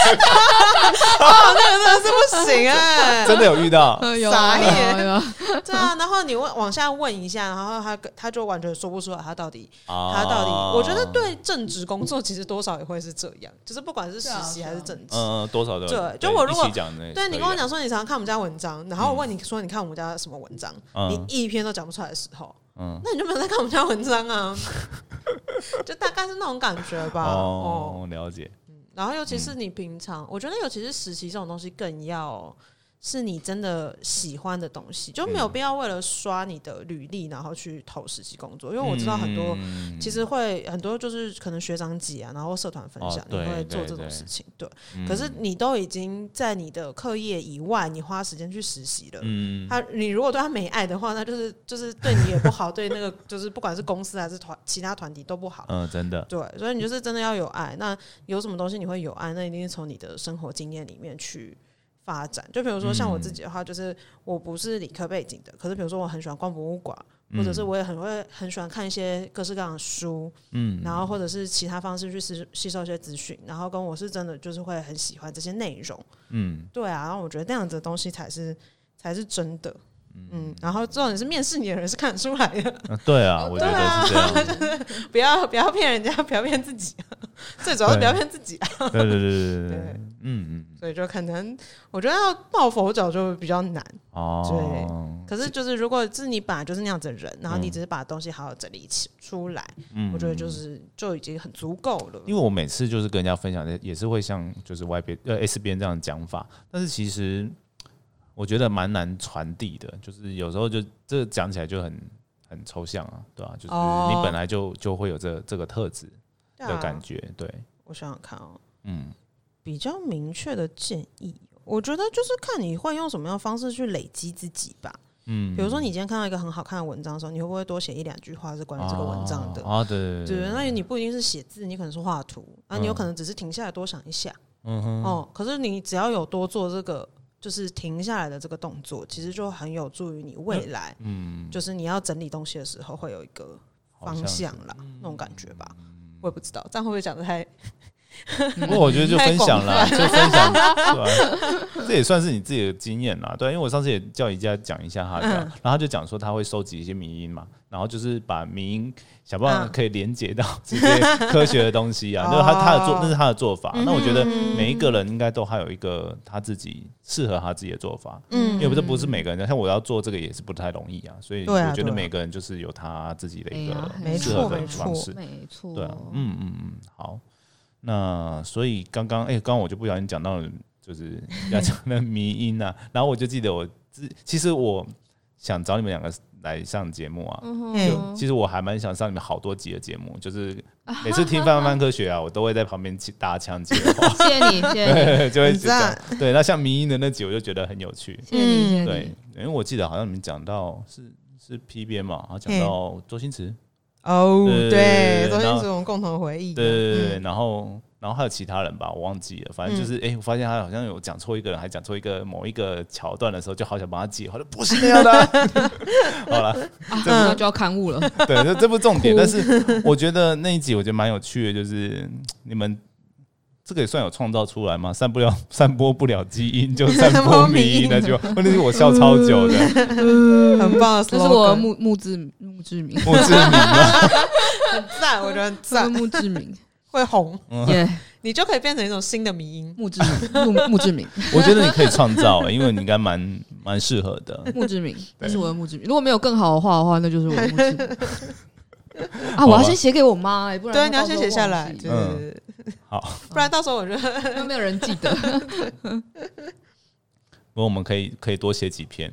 Speaker 1: 哦，那个真的是不行哎、
Speaker 3: 真的有遇 到
Speaker 2: 有有
Speaker 1: 傻眼
Speaker 2: 有有
Speaker 1: 对啊，然后你问往下问一下，然后他跟他就完全说不出来他到底、
Speaker 3: 啊
Speaker 1: 他到底，我觉得，对正职工作其实多少也会是这样，就是不管是实
Speaker 2: 是啊
Speaker 1: 习
Speaker 2: 是啊
Speaker 1: 还是正职。
Speaker 3: 嗯，多少的，
Speaker 1: 对就我如果
Speaker 3: 一起讲那，
Speaker 1: 对你跟我讲说你常常看我们家文章，然后我问你说你看我们家什么文章，
Speaker 3: 嗯
Speaker 1: 你一篇都讲不出来的时候，
Speaker 3: 嗯
Speaker 1: 那你就没有在看我们家文章啊， 就大概是那种感觉吧。哦，
Speaker 3: 哦，了解，
Speaker 1: 然后尤其是你平常，我觉得尤其是实习这种东西更要。是你真的喜欢的东西，就没
Speaker 3: 嗯
Speaker 1: 有必要为了刷你的履历，然后去投实习工作。因为我知道很多，
Speaker 3: 嗯
Speaker 1: 其实会很多就是可能学长姐啊，然后社团分享
Speaker 3: 哦，
Speaker 1: 你
Speaker 3: 对
Speaker 1: 会做这
Speaker 3: 对
Speaker 1: 种
Speaker 3: 对嗯
Speaker 1: 事情。对，可是你都已经在你的课业以外，你花时间去实习了。
Speaker 3: 嗯，
Speaker 1: 他，你如果对他没爱的话，那就是就是对你也不好，对那个就是不管是公司还是团其他团体都不好。
Speaker 3: 嗯，真的，
Speaker 1: 对，所以你就是真的要有爱。那有什么东西你会有爱，那一定是从你的生活经验里面去发展。就比如说像我自己的话，就是我不是理科背景的，可是比如说我很喜欢逛博物馆，或者是我也很会很喜欢看一些各式各样的书，嗯，然后或者是其他方式去吸吸收一些资讯，然后跟我是真的就是会很喜欢这些内容。
Speaker 3: 嗯，
Speaker 1: 对啊，然后我觉得那样子的东西才是才是真的。嗯，然后重点是面试你的人是看得出来的，
Speaker 3: 啊对啊，我觉得是这样，
Speaker 1: 不要不要骗人家，不要骗自己、啊 最主要是不要骗自己啊。
Speaker 3: 对对对对对对
Speaker 1: 对，
Speaker 3: 嗯嗯，
Speaker 1: 所以就可能我觉得要抱佛脚就比较难。
Speaker 3: 哦，
Speaker 1: 可是就是如果是你本来就是那样子的人，然后
Speaker 3: 嗯
Speaker 1: 你只是把东西好好整理起出来，我觉得就是就已经很足够了。
Speaker 3: 嗯因为我每次就是跟人家分享的，也是会像就是外边呃 S 边这样的讲法，但是其实我觉得蛮难传递的，就是有时候就这个讲起来就很很抽象啊，对吧、就是
Speaker 1: 哦
Speaker 3: 你本来就就会有这这个特质
Speaker 1: 对
Speaker 3: 的
Speaker 1: 啊
Speaker 3: 感觉，对，
Speaker 1: 我想想看哦，
Speaker 3: 嗯，
Speaker 1: 比较明确的建议，哦我觉得就是看你会用什么样的方式去累积自己吧。
Speaker 3: 嗯，
Speaker 1: 比如说，你今天看到一个很好看的文章的时候，你会不会多写一两句话是关于这个文章的？
Speaker 3: 啊，啊对对
Speaker 1: 对，
Speaker 3: 对，
Speaker 1: 那你不一定是写字，你可能是画图啊，你有
Speaker 3: 嗯
Speaker 1: 可能只是停下来多想一下。
Speaker 3: 嗯哼，
Speaker 1: 哦，可是你只要有多做这个，就是停下来的这个动作，其实就很有助于你未来，
Speaker 3: 嗯，
Speaker 1: 就是你要整理东西的时候会有一个
Speaker 3: 好
Speaker 1: 方
Speaker 3: 像是嗯
Speaker 1: 向啦，那种感觉吧。我也不知道，这样会不会讲的太……
Speaker 2: 嗯
Speaker 3: 不过我觉得就分享啦，
Speaker 1: 太
Speaker 3: 就分享，对吧这也算是你自己的经验啦，对，因为我上次也叫宜家讲一下他的，
Speaker 1: 嗯
Speaker 3: 然后他就讲说他会收集一些迷音嘛，然后就是把迷音想办法
Speaker 1: 嗯
Speaker 3: 可以连接到这些科学的东西啊，就是他他的做
Speaker 1: 哦
Speaker 3: 那是他的做法，那我觉得
Speaker 1: 嗯
Speaker 3: 每一个人应该都还有一个他自己适合他自己的做法。
Speaker 1: 嗯
Speaker 3: 因为不是不是每个人，像我要做这个也是不太容易啊，所以
Speaker 1: 对啊
Speaker 3: 我觉
Speaker 1: 对
Speaker 3: 得
Speaker 1: 啊
Speaker 3: 每个人就是有他自己的
Speaker 2: 哎
Speaker 3: 一
Speaker 2: 呀
Speaker 3: 个
Speaker 2: 没
Speaker 3: 适合
Speaker 2: 错
Speaker 3: 的
Speaker 2: 没
Speaker 3: 方
Speaker 1: 错
Speaker 3: 式。
Speaker 2: 没错，
Speaker 3: 对啊，嗯嗯嗯，好。那所以刚刚，哎、刚刚我就不小心讲到了，就是要讲的迷音啊。 然后我就记得我自，其实我想找你们两个来上节目啊。
Speaker 2: 嗯哼，
Speaker 1: 哎
Speaker 3: 就其实我还蛮想上你们好多集的节目，就是每次听《翻翻科学》啊，我都会在旁边起搭腔接话，
Speaker 2: 谢谢你，谢谢
Speaker 3: 对， 就会
Speaker 1: 很赞
Speaker 3: 讲。对，那像迷音的那集，我就觉得很有趣。
Speaker 2: 你，谢谢你，谢谢
Speaker 3: 对
Speaker 2: 你。，
Speaker 3: 因为我记得好像你们讲到是是 P 编嘛，然后讲
Speaker 1: 嘿
Speaker 3: 到周星驰，
Speaker 1: 哦
Speaker 3: 对
Speaker 1: 对，周
Speaker 3: 然
Speaker 1: 星
Speaker 3: 后
Speaker 1: 驰我们共同的回忆。
Speaker 3: 对对对对，
Speaker 1: 嗯
Speaker 3: 然后然后还有其他人吧，我忘记了，反正就是哎、诶我发现他好像有讲错一个人，还讲错一个某一个桥段的时候，就好想帮他解，后来不是 那样的啊、好了，
Speaker 2: 啊，那就要刊 物了。
Speaker 3: 对，这这不是重点，
Speaker 2: 哭
Speaker 3: 但是我觉得那一集我觉得蛮有趣的，就是你们。这个也算有创造出来吗？散不了， 散播不了基因，就 散
Speaker 1: 散
Speaker 3: 播
Speaker 1: 播
Speaker 3: 迷
Speaker 1: 迷嗯
Speaker 3: 因
Speaker 1: 因
Speaker 3: 那句话，那是我笑超久的。
Speaker 1: 很棒的 slogan，
Speaker 2: 这是我的墓墓志墓志 铭，
Speaker 3: 我志 明吗？
Speaker 1: 很赞，我觉得很
Speaker 2: 这是
Speaker 1: 赞，
Speaker 2: 墓志 铭，
Speaker 1: 会红，
Speaker 2: 耶，
Speaker 1: 你就可以变成一种新的迷音。
Speaker 2: 墓志铭，墓墓志铭，
Speaker 3: 我觉得你可以创造、因为你应该蛮蛮适合的。
Speaker 2: 墓志铭，这是我的墓志铭。如果没有更好的画的话，那就是 我的墓志铭。啊，我要先写给我妈、哎不然
Speaker 1: 对，啊
Speaker 3: 啊
Speaker 2: 她
Speaker 1: 你要
Speaker 2: 到时
Speaker 1: 先
Speaker 2: 候
Speaker 1: 写下
Speaker 2: 忘
Speaker 1: 来，
Speaker 2: 记
Speaker 1: 对对对， 对
Speaker 3: 嗯好，
Speaker 1: 不然到时候 我觉得
Speaker 2: 又没有人 记得。
Speaker 3: 不过我们可以可以多写几篇。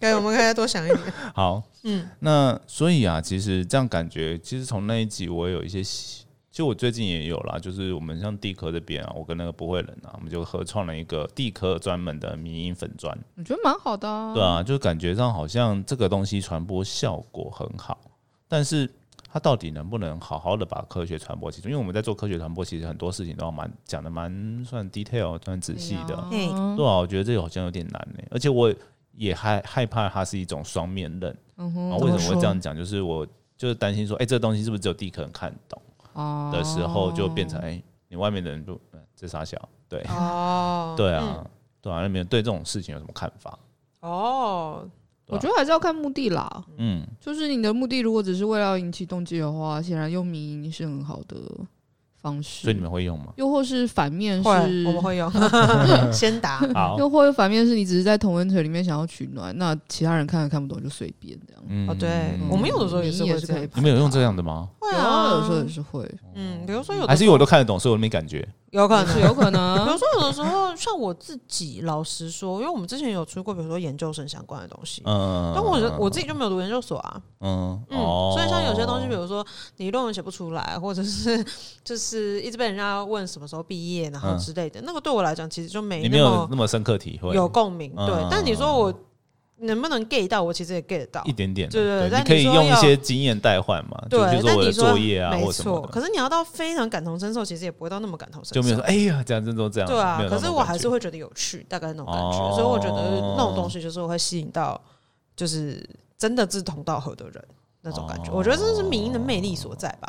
Speaker 1: 可以，我们可以再多想一点。
Speaker 3: 好，
Speaker 1: 嗯，
Speaker 3: 那所以啊，其实这样感觉，其实从那一集我有一些喜，其实我最近也有啦，就是我们像地壳这边啊，我跟那个不会人啊，我们就合创了一个地壳专门的迷音粉砖，
Speaker 2: 我觉得蛮好的、啊，
Speaker 3: 对啊，就是感觉上好像这个东西传播效果很好，但是。它到底能不能好好的把科学传播清楚？因为我们在做科学传播，其实很多事情都要蛮讲的蛮算 detail、算仔细的。
Speaker 2: 哎呀
Speaker 3: 对啊，我觉得这个好像有点难呢、而且我也害害怕它是一种双面刃。
Speaker 2: 嗯哼，
Speaker 3: 啊，为什么会这
Speaker 2: 怎
Speaker 3: 样讲？就是我就是担心说，哎、这个东西是不是只有地壳人看懂
Speaker 2: 说哦
Speaker 3: 的时候，就变成哎、你外面的人就、嗯、这傻小，对、
Speaker 1: 哦，
Speaker 3: 对啊，对啊，那边对这种事情有什么看法？
Speaker 1: 哦，
Speaker 2: 我
Speaker 3: 啊
Speaker 2: 觉得还是要看目的啦，
Speaker 3: 嗯，
Speaker 2: 就是你的目的如果只是为了要引起动机的话，显然用迷音是很好的方式。
Speaker 3: 所以你们会用吗？
Speaker 2: 又或是反面
Speaker 1: 会，
Speaker 2: 是
Speaker 1: 我们会用， 先答。
Speaker 3: 好，
Speaker 2: 又或者反面是你只是在同温层里面想要取暖，那其他人看也看不懂就随便这样。
Speaker 3: 嗯
Speaker 1: 哦，对，我们有的时候也是
Speaker 2: 你
Speaker 1: 会
Speaker 2: 也是
Speaker 1: 这
Speaker 2: 可以
Speaker 1: 样，
Speaker 2: 拍，啊
Speaker 3: 你们有用这样的吗？
Speaker 1: 会
Speaker 2: 有
Speaker 1: 啊，
Speaker 2: 啊，有时候也是会，
Speaker 1: 嗯，比如说有
Speaker 3: 还
Speaker 1: 的
Speaker 3: 是因为我都看得懂，所以我没感觉。
Speaker 1: 有可能
Speaker 2: 是有可
Speaker 1: 比 如
Speaker 2: 能。
Speaker 1: 说，有的时候像我自己，老实说，因为我们之前有出过，比如说研究生相关的东西，
Speaker 3: 嗯，
Speaker 1: 但我觉得我自己就没有读研究所啊，
Speaker 3: 嗯
Speaker 1: 嗯，
Speaker 3: 哦，
Speaker 1: 所以像有些东西，比如说你论文写不出来，或者是就是一直被人家问什么时候毕业，然后
Speaker 3: 嗯
Speaker 1: 之类的，那个对我来讲其实就没
Speaker 3: 哦你没
Speaker 1: 那
Speaker 3: 有
Speaker 1: 么
Speaker 3: 那么深刻体会，
Speaker 1: 有共鸣，
Speaker 3: 嗯
Speaker 1: 对。但你说我能不能 get 到，我其实也 get 到
Speaker 3: 一。点点，
Speaker 1: 对对对但
Speaker 3: 你可以
Speaker 1: 你说
Speaker 3: 用一
Speaker 1: 要
Speaker 3: 些经验代换嘛，就比
Speaker 1: 对
Speaker 3: 如，说
Speaker 1: 但
Speaker 3: 我
Speaker 1: 你
Speaker 3: 的
Speaker 1: 说
Speaker 3: 作业啊
Speaker 1: 没
Speaker 3: 或什么
Speaker 1: 错，
Speaker 3: 的，
Speaker 1: 可是你要到非常感同身受，其实也不会到那么感同身受，
Speaker 3: 就没有说哎呀，这样真都这样，
Speaker 1: 对啊
Speaker 3: 没，有
Speaker 1: 可
Speaker 3: 那
Speaker 1: 是
Speaker 3: 种
Speaker 1: 我
Speaker 3: 感
Speaker 1: 还
Speaker 3: 觉
Speaker 1: 是会觉得有趣，大概那种感觉，
Speaker 3: 哦
Speaker 1: 所以我觉得那种东西就是会吸引到，就是真的志同道合的人那种感觉。
Speaker 3: 哦
Speaker 1: 我觉得这是民音的魅力所在吧。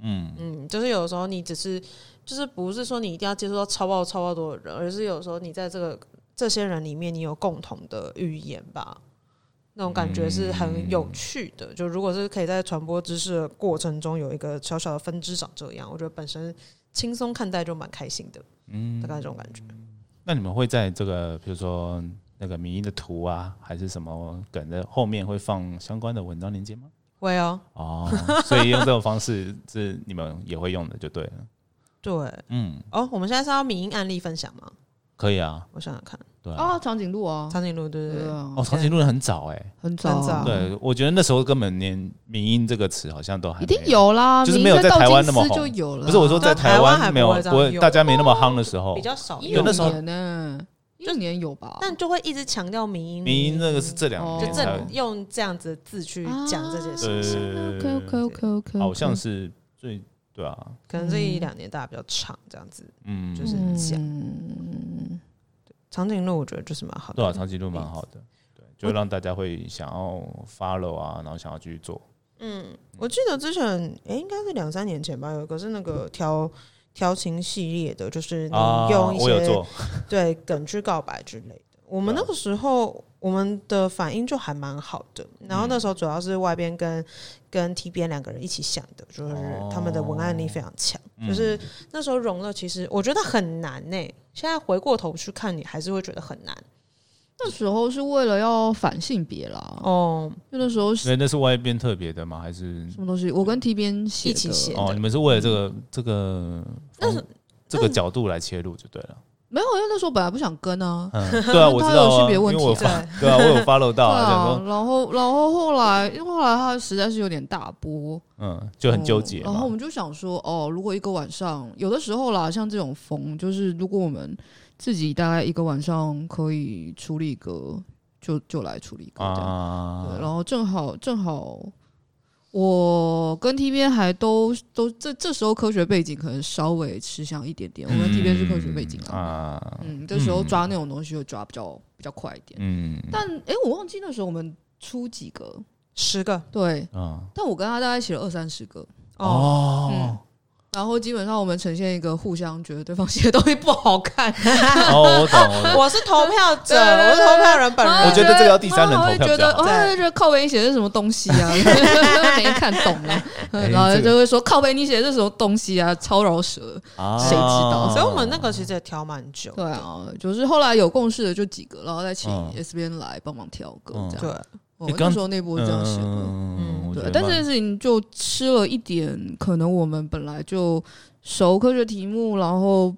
Speaker 3: 嗯
Speaker 1: 嗯，就是有的时候你只是，就是不是说你一定要接触到超爆超爆多的人，而是有时候你在这个这些人里面，你有共同的语言吧。那种感觉是很有趣
Speaker 3: 嗯
Speaker 1: 的，就如果是可以在传播知识的过程中有一个小小的分支长这样，我觉得本身轻松看待就蛮开心的，嗯，大概这种感觉。
Speaker 3: 那你们会在这个，比如说那个迷因的图啊，还是什么梗的后面会放相关的文章链接吗？
Speaker 1: 会哦，
Speaker 3: 哦， 所以用这种方式是你们也会用的，就对了。
Speaker 1: 对，
Speaker 3: 嗯，
Speaker 1: 哦，我们现在是要民音案例分享吗？
Speaker 3: 可以啊，
Speaker 1: 我想想看，
Speaker 3: 对啊，
Speaker 2: 啊，长颈鹿啊，
Speaker 1: 长颈鹿，对哦对
Speaker 2: 对
Speaker 1: 对，
Speaker 2: 啊，
Speaker 3: 哦，长颈鹿人很早哎、
Speaker 2: 很早
Speaker 1: 很早
Speaker 2: 啊，
Speaker 3: 对，我觉得那时候根本连“民音”这个词好像都还
Speaker 2: 一定
Speaker 3: 没，
Speaker 2: 有啦，
Speaker 3: 就是
Speaker 2: 明
Speaker 3: 没有在
Speaker 2: 道
Speaker 3: 台湾
Speaker 2: 金
Speaker 3: 那么
Speaker 2: 斯
Speaker 3: 红
Speaker 2: 就有了，啊
Speaker 3: 不是我说在
Speaker 1: 在台
Speaker 3: 台
Speaker 1: 湾
Speaker 3: 湾
Speaker 1: 还
Speaker 3: 没
Speaker 1: 不
Speaker 3: 有
Speaker 1: 会这，样
Speaker 3: 不会
Speaker 1: 用
Speaker 3: 大家没那么哦夯的时候
Speaker 1: 比，较少
Speaker 2: 一
Speaker 1: 用，
Speaker 3: 那时候
Speaker 2: 年呢，一五年有吧？
Speaker 1: 但就会一直强调民音，
Speaker 3: 民音那个是这两
Speaker 2: 哦
Speaker 1: 就
Speaker 3: 年才
Speaker 1: 这用这样子的字去讲这件事情，
Speaker 3: 呃
Speaker 2: OK OK OK OK，
Speaker 3: 好像是最对啊，
Speaker 1: 可能这一两年大家比较长这样子，
Speaker 3: 嗯，
Speaker 1: 就是讲
Speaker 2: 嗯
Speaker 1: 长颈鹿，我觉得就是蛮好
Speaker 3: 对啊，
Speaker 1: 的，
Speaker 3: 长颈鹿蛮好的，
Speaker 2: 嗯
Speaker 3: 对，就会让大家会想要 follow 啊，然后想要继续做。
Speaker 1: 嗯，我记得之前诶、应该是两三年前吧，有一个是那个调调情系列的，
Speaker 2: 嗯
Speaker 1: 就是你
Speaker 3: 啊，
Speaker 1: 用一
Speaker 3: 我有
Speaker 1: 些、
Speaker 3: 做，
Speaker 1: 对梗去告白之类的。我们那个时候，我们的反应就还蛮好的。然后那时候主要是外边跟跟 T 边两个人一起想的，就是他们的文案力非常强。就是那时候融了，其实我觉得很难呢、现在回过头去看，你还是会觉得很难
Speaker 2: 那时候是为了要反性别啦，
Speaker 1: 哦。
Speaker 2: 就那时候是
Speaker 3: 那那是外边特别的吗？还是
Speaker 2: 什么东西？我跟 T 边写
Speaker 1: 一起
Speaker 2: 的嗯
Speaker 1: 写
Speaker 3: 哦，你们是为了这个这个
Speaker 1: 那是
Speaker 3: 这个角度来切入就对了。
Speaker 2: 没有，因为那时候本来不想跟啊。
Speaker 3: 嗯，对啊，我知道
Speaker 2: 他有
Speaker 3: 啊，
Speaker 2: 性别
Speaker 3: 因
Speaker 2: 问
Speaker 3: 为
Speaker 2: 题
Speaker 3: 我有
Speaker 1: 对
Speaker 3: follow- 对啊，我有 follow 到啊，想
Speaker 2: 啊
Speaker 3: 说，
Speaker 2: 然后然后后来，因为后来他实在是有点大波，
Speaker 3: 嗯，就很纠结
Speaker 2: 然后我
Speaker 3: 嘛。
Speaker 2: 们就想说，哦，如果一个晚上，有的时候啦，像这种风，就是如果我们自己大概一个晚上可以处理个，就就来处理一个这样。对，
Speaker 3: 啊，
Speaker 2: 然后正好正好，我跟 T 边还都都这这时候科学背景可能稍微吃香一点点，我跟 T 边是科学背景啊，
Speaker 3: 啊，
Speaker 2: 嗯，这时候抓那种东西会抓比较比较快一点。
Speaker 3: 嗯，
Speaker 2: 但诶，我忘记那时候我们出几个，
Speaker 1: 十个
Speaker 2: 对，
Speaker 3: 嗯，
Speaker 2: 但我跟他大概写了二三十个。
Speaker 1: 哦，
Speaker 2: 嗯，然后基本上我们呈现一个互相觉得对方写的东西不好看，
Speaker 3: 哦，我懂，我懂。
Speaker 1: 我是投票者，
Speaker 2: 对对对
Speaker 1: 我是投票人本
Speaker 2: 然后
Speaker 1: 人。
Speaker 3: 我觉得这个要第三人
Speaker 2: 然
Speaker 3: 投票
Speaker 2: 后会觉
Speaker 3: 比较
Speaker 2: 得，
Speaker 3: 好
Speaker 2: 我会觉得靠背你写的是什么东西 啊，没看懂啊，
Speaker 3: 哎
Speaker 2: 然后
Speaker 3: 这个
Speaker 2: 就会说靠背你写的是什么东西啊，超饶舌。
Speaker 3: 啊
Speaker 2: 谁知道
Speaker 1: 所以我们那个其实也调蛮久
Speaker 2: 对
Speaker 1: 的，
Speaker 2: 啊，就是后来有共识的就几个，然后再请
Speaker 3: 嗯
Speaker 2: S 边来帮忙挑歌
Speaker 3: 嗯
Speaker 2: 这
Speaker 1: 对
Speaker 2: 样。，我
Speaker 3: 你刚
Speaker 2: 那时候内部是这样写的，
Speaker 3: 嗯，我觉
Speaker 2: 对
Speaker 3: 得，
Speaker 2: 但这
Speaker 3: 蛮
Speaker 2: 件事情就吃了一点，可能我们本来就熟科学题目，然后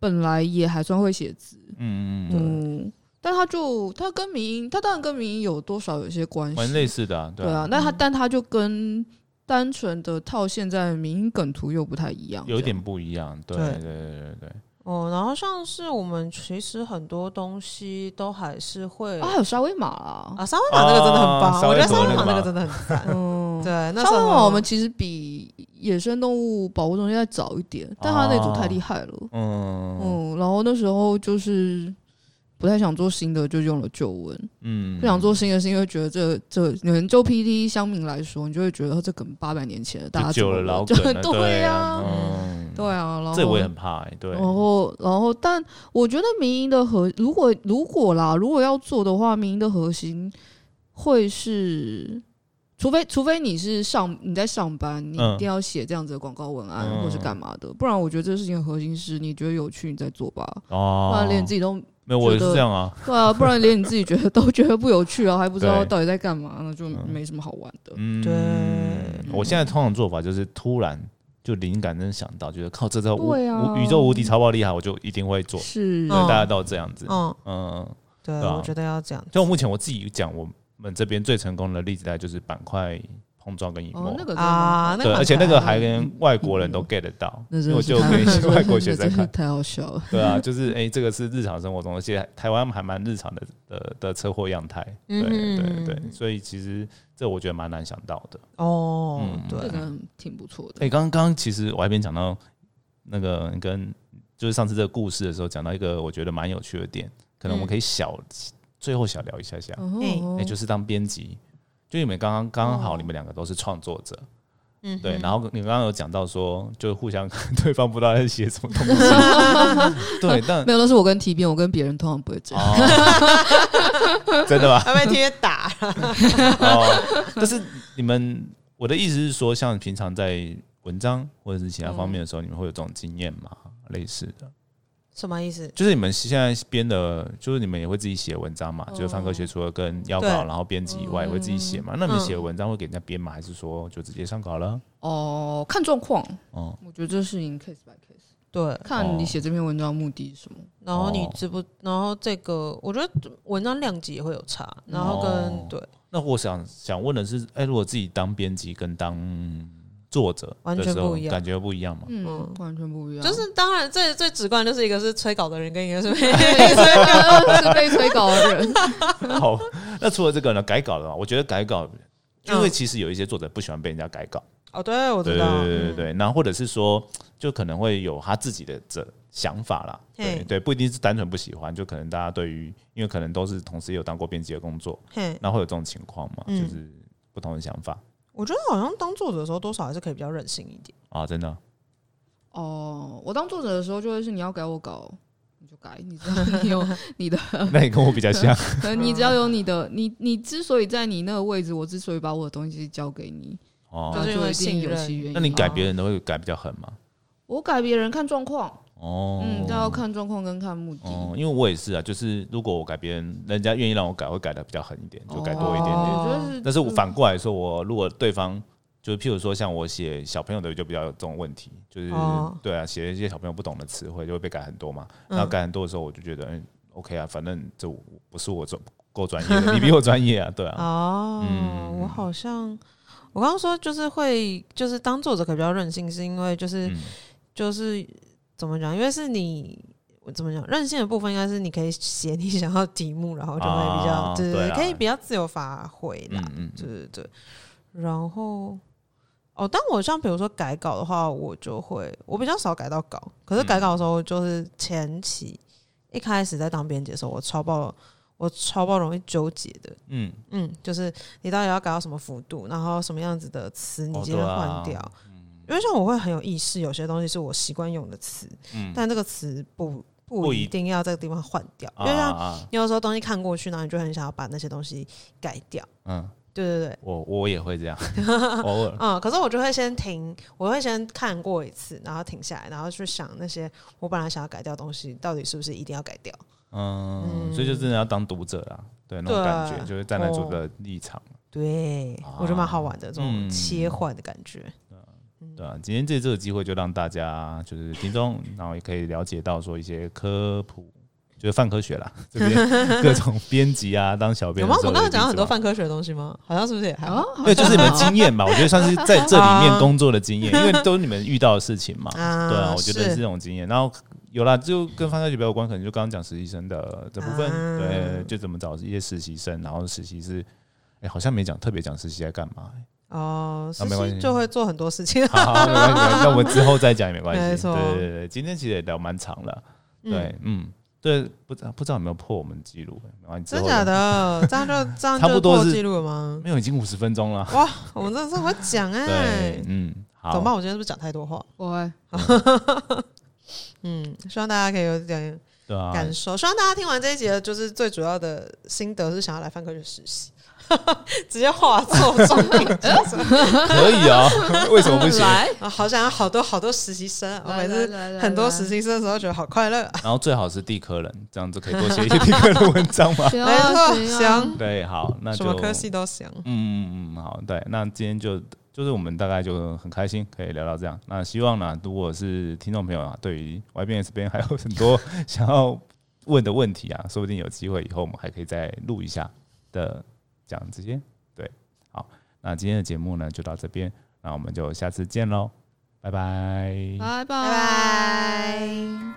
Speaker 2: 本来也还算会写字，
Speaker 3: 嗯嗯
Speaker 2: 嗯，但他就他跟民音，他当然跟民音有多少有一些关
Speaker 3: 嗯，
Speaker 2: 系，
Speaker 3: 蛮类似的啊，对
Speaker 2: 对啊，，那他但他就跟单纯的套现在民音梗图又不太一样，
Speaker 3: 有一
Speaker 2: 这样
Speaker 3: 点不一样，对
Speaker 1: 对
Speaker 3: 对对对对，
Speaker 1: 哦，然后像是我们其实很多东西都还是会
Speaker 2: 啊，还有沙威玛啦，
Speaker 1: 啊，沙威玛那个真的很棒，
Speaker 3: 啊
Speaker 1: 我觉得
Speaker 3: 沙
Speaker 1: 沙
Speaker 3: 威
Speaker 1: 威玛
Speaker 3: 玛
Speaker 1: 那
Speaker 3: 那
Speaker 1: 个
Speaker 3: 个
Speaker 1: 真的很赞。
Speaker 2: 嗯，
Speaker 1: 对，那时
Speaker 2: 沙威玛
Speaker 1: 候
Speaker 2: 我们其实比野生动物保护中心再早一点，但他那组太厉害了，
Speaker 3: 哦嗯
Speaker 2: 嗯，然后那时候就是。不太想做新的，就用了旧文。
Speaker 3: 嗯，
Speaker 2: 不想做新的是因为觉得这这，你们就 PT 乡民来说，你就会觉得这梗八百年前的，大家
Speaker 3: 就
Speaker 2: 怎
Speaker 3: 久
Speaker 2: 么
Speaker 3: 了老
Speaker 2: 就
Speaker 3: 梗了，
Speaker 2: 对
Speaker 3: 呀、
Speaker 2: 呀，
Speaker 3: 嗯，
Speaker 2: 对啊，哦然后
Speaker 3: 这我也很怕、欸，对，
Speaker 2: 然后，然后，但我觉得民营的核，如果如果啦，如果要做的话，民营的核心会是，除非除非你是上你在上班，你
Speaker 3: 嗯
Speaker 2: 一定要写这样子的广告文案、
Speaker 3: 嗯
Speaker 2: 或是干嘛的，不然我觉得这事情的核心是你觉得有趣你再做吧，不
Speaker 3: 哦
Speaker 2: 然，连你自己都
Speaker 3: 没有，我也是
Speaker 2: 觉得
Speaker 3: 这样啊，
Speaker 2: 对啊，不然连你自己觉得 都觉得不有趣啊，还不知道
Speaker 3: 对
Speaker 2: 到底在干嘛，那就没什么好玩的。
Speaker 3: 嗯，
Speaker 1: 对
Speaker 3: 我现在通常做法就是突然就灵感真的想到，觉得靠，这招无、
Speaker 2: 对啊
Speaker 3: 无宇宙无敌超爆厉害，我就一定会做，
Speaker 2: 是
Speaker 3: 对，
Speaker 1: 嗯
Speaker 3: 大家都这样子，
Speaker 1: 嗯，
Speaker 3: 嗯，
Speaker 1: 对，
Speaker 3: 对啊
Speaker 1: 我觉得要这样。
Speaker 3: 所以我目前我自己讲，我们这边最成功的例子，大概就是板块碰撞跟荧幕。
Speaker 2: 哦，那个真的
Speaker 1: 啊，那
Speaker 3: 对，
Speaker 1: 个
Speaker 3: 而且那个还
Speaker 2: 可爱哦嗯
Speaker 3: 跟外国人都 get 得到，
Speaker 2: 那
Speaker 3: 因
Speaker 2: 真
Speaker 3: 为我
Speaker 2: 的是
Speaker 3: 就
Speaker 2: 太
Speaker 3: 跟一些外国学
Speaker 2: 那真
Speaker 3: 生
Speaker 2: 是
Speaker 3: 看，
Speaker 2: 太好笑了。
Speaker 3: 对啊，就是哎、这个是日常生活中，而且台湾还蛮日常的的的车祸样态，对
Speaker 1: 嗯
Speaker 3: 对对，所以其实这我觉得蛮难想到的。
Speaker 1: 哦，
Speaker 3: 嗯
Speaker 1: 对
Speaker 2: 这，个挺不错的。
Speaker 3: 哎、刚刚其实我还没讲到那个跟就是上次这个故事的时候，讲到一个我觉得蛮有趣的点，可能我们可以小、最后小聊一下下，哎、
Speaker 2: 嗯哼
Speaker 1: 哎
Speaker 2: 嗯哼
Speaker 3: 就是当编辑，就你们刚刚刚好你们两个都是创作者，
Speaker 1: 嗯，
Speaker 3: 对，然后你刚刚有讲到说，就互相 看对方不知道在写什么 东西，对，但
Speaker 2: 没有，那是我跟提边，我跟别人通常不会这样。
Speaker 3: 哦，真的吧？
Speaker 1: 还被贴打，
Speaker 3: 哦，但是你们，我的意思是说，像平常在文章或者是其他方面的时
Speaker 1: 嗯
Speaker 3: 候，你们会有这种经验吗？类似的，
Speaker 1: 什么意思？
Speaker 3: 就是你们现在编的，就是你们也会自己写文章嘛？就是范科学除了跟要稿，
Speaker 1: 哦对嗯
Speaker 3: 然后编辑以外，也会自己写嘛？那你们写文章会给人家编吗？还是说就直接上稿了？
Speaker 2: 哦，看状况，
Speaker 3: 哦，
Speaker 2: 我觉得这事情 case by case。
Speaker 1: 对，
Speaker 2: 看你写这篇文章的目的是什么。
Speaker 1: 然后你
Speaker 3: 哦
Speaker 1: 知不，然后这个我觉得文章量级也会有差，然后跟、
Speaker 3: 哦
Speaker 1: 对
Speaker 3: 那我想想问的是，哎、如果自己当编辑跟当作者
Speaker 1: 完
Speaker 3: 的
Speaker 1: 全
Speaker 3: 时候
Speaker 1: 不一，样
Speaker 3: 感觉不一样吗？
Speaker 2: 嗯
Speaker 1: 嗯，
Speaker 2: 完全不一样。
Speaker 1: 就是当然最最直观就是一个是催稿的人跟一个是被 催稿，
Speaker 2: 是被催稿的人，
Speaker 3: 好，那除了这个呢，改稿的话，我觉得改稿，因为其实有一些作者不喜欢被人家改稿，
Speaker 1: 哦，对，嗯我
Speaker 3: 对
Speaker 1: 知
Speaker 3: 对
Speaker 1: 道，嗯
Speaker 3: 对对对，然后或者是说，就可能会有他自己的这想法啦，对
Speaker 1: 嘿
Speaker 3: 对，不一定是单纯不喜欢，就可能大家对于，因为可能都是同时也有当过编辑的工作，
Speaker 1: 嘿，
Speaker 3: 那会有这种情况嘛，就
Speaker 1: 嗯
Speaker 3: 是不同的想法
Speaker 1: 我觉得好像当作者的时候多少还是可以比较任性一点，
Speaker 3: 啊，真的，
Speaker 2: 哦，我当作者的时候就会是你要改我稿，你就改，你只要你有你 的，
Speaker 3: 那你跟我比 较像，
Speaker 2: 呃你只要有你的，你你之所以在你那个位置，我之所以把我的东西交给你，
Speaker 3: 哦
Speaker 1: 就
Speaker 2: 那
Speaker 1: 是因哦为
Speaker 2: 一定有
Speaker 1: 信
Speaker 2: 其
Speaker 1: 任
Speaker 2: 原因。
Speaker 3: 那你改别人都会改比较狠吗？
Speaker 2: 我改别人看状况，
Speaker 3: 哦，
Speaker 2: 嗯，这要看状况跟看目
Speaker 3: 哦
Speaker 2: 的，，
Speaker 3: 因为我也是啊，就是如果我改别人，人家愿意让我改，会改的比较狠一点，就改多一点点。
Speaker 1: 哦
Speaker 2: 我觉得是，
Speaker 3: 但是我反过来说，我如果对方就是譬如说像我写小朋友的，就比较有这种问题，就是、
Speaker 1: 哦
Speaker 3: 对啊，写一些小朋友不懂的词汇就会被改很多嘛。
Speaker 1: 嗯
Speaker 3: 然后改很多的时候，我就觉得嗯 OK 啊，反正这我不是 我专够专业的，你比我专业啊，对啊。
Speaker 1: 哦，
Speaker 3: 嗯
Speaker 1: 我好像我刚刚说就是会，就是当作者可以比较任性，是因为就是、
Speaker 3: 嗯
Speaker 1: 就是怎么讲？因为是你我怎么讲任性的部分，应该是你可以写你想要的题目，然后就会比较、
Speaker 3: 啊
Speaker 1: 对
Speaker 3: 对啦
Speaker 1: 可以比较自由发挥啦。
Speaker 3: 嗯嗯
Speaker 1: 对对对，然后。哦，但我像比如说改稿的话，我就会我比较少改到稿，可是改
Speaker 3: 嗯
Speaker 1: 稿的时候就是前期、一开始在当编辑的时候，我超爆我超爆容易纠结的，
Speaker 3: 嗯，
Speaker 1: 嗯，就是你到底要改到什么幅度，然后什么样子的词你
Speaker 3: 哦
Speaker 1: 尽量
Speaker 3: 对啊
Speaker 1: 换掉。因为像我会很有意识，有些东西是我习惯用的词，但这个词不
Speaker 3: 嗯不
Speaker 1: 不
Speaker 3: 一
Speaker 1: 一定要这个地方换掉，因
Speaker 3: 啊
Speaker 1: 为像
Speaker 3: 啊，
Speaker 1: 你有时候东西看过去，然后你就很想要把那些东西改掉。
Speaker 3: 嗯，
Speaker 1: 对对对，
Speaker 3: 我我也会这 样，偶尔。
Speaker 1: 嗯，可是我就会先停，我会先看过一次，然后停下来，然后去想那些我本来想要改掉的东西，到底是不是一定要改掉？
Speaker 3: 嗯，所以就真的要当读者啦，对啊那种
Speaker 1: 对
Speaker 3: 感觉，就是站在读
Speaker 1: 哦
Speaker 3: 者的立场。
Speaker 1: 对，我觉得蛮好玩的这种
Speaker 3: 嗯
Speaker 1: 切换的感觉。
Speaker 3: 对啊，今天借这个机会就让大家就是听众，然后也可以了解到说一些科普，就是泛科学啦，这 边各种编辑啊，当小编
Speaker 1: 有
Speaker 3: 的
Speaker 1: 吗？
Speaker 3: 时
Speaker 1: 我们
Speaker 3: 候
Speaker 1: 刚
Speaker 3: 的例子嘛。
Speaker 1: 刚讲很多泛科学的东西吗？好像是不是也还好？
Speaker 2: 啊，
Speaker 3: 对，就是你们经验吧，我觉得算是在 这里面工作的经验，因为都是你们遇到的事情嘛。
Speaker 1: 啊
Speaker 3: 对啊，我觉得是
Speaker 1: 是
Speaker 3: 这种经验。然后有啦，就跟泛科学比较有关，可能就刚刚讲实习生的这部分，
Speaker 1: 啊
Speaker 3: 对，就怎么找一些实习生，然后实习是，哎，好像没讲特别讲实习在干嘛、
Speaker 1: 哦，实
Speaker 3: 啊没关系
Speaker 1: 习就会做很多事情。
Speaker 3: 好， 好没关系，没关系那我们之后再讲也没关
Speaker 1: 没
Speaker 3: 系。
Speaker 1: 错
Speaker 3: 对对对对，今天其实也聊蛮长了。对，嗯，对，不知道不知道有没有破我们记录？没关系，之
Speaker 1: 真
Speaker 3: 后
Speaker 1: 假
Speaker 3: 再？
Speaker 1: 的？这样就这样
Speaker 3: 差不
Speaker 1: 就
Speaker 3: 多
Speaker 1: 破
Speaker 3: 是
Speaker 1: 纪录了吗？
Speaker 3: 没有，已经五十分钟了。
Speaker 1: 哇，我们真的是会讲哎
Speaker 3: 对，，嗯，好，
Speaker 1: 怎么办？我今天是不是讲太多话？
Speaker 2: 我会
Speaker 1: 嗯，希望大家可以有点
Speaker 3: 对啊，
Speaker 1: 感受。希望大家听完这一集的，就是最主要的心得是想要来泛科学实习， 直接画错重 点。
Speaker 2: 哎
Speaker 3: 可 以啊，为什么不行？
Speaker 2: 来，
Speaker 1: 啊，好想要好多好多实习生啊，我
Speaker 2: 来
Speaker 1: 每
Speaker 2: 来
Speaker 1: 次
Speaker 2: 来来
Speaker 1: 很多
Speaker 2: 来。
Speaker 1: 实习生的时候觉得好快乐。啊
Speaker 3: 然后最好是地科人，这样就可以多写一些地科人文章 嘛
Speaker 2: 行
Speaker 1: 没
Speaker 2: 啊
Speaker 1: 错，
Speaker 2: 行啊，
Speaker 1: 行，
Speaker 3: 对，好，那
Speaker 1: 什
Speaker 3: 就
Speaker 1: 么科系都行。
Speaker 3: 嗯嗯嗯，好，对，那今天就就是我们大概就很开心，可以聊到这样。那希望呢，如果是听众朋友啊，对于 YBS 边还有很多想要问的问题啊，说不定有机会以后我们还可以再录一下的讲这些。对，好，那今天的节目呢就到这边，嗯那我们就下次见喽，拜拜。
Speaker 2: 拜拜
Speaker 1: 拜拜。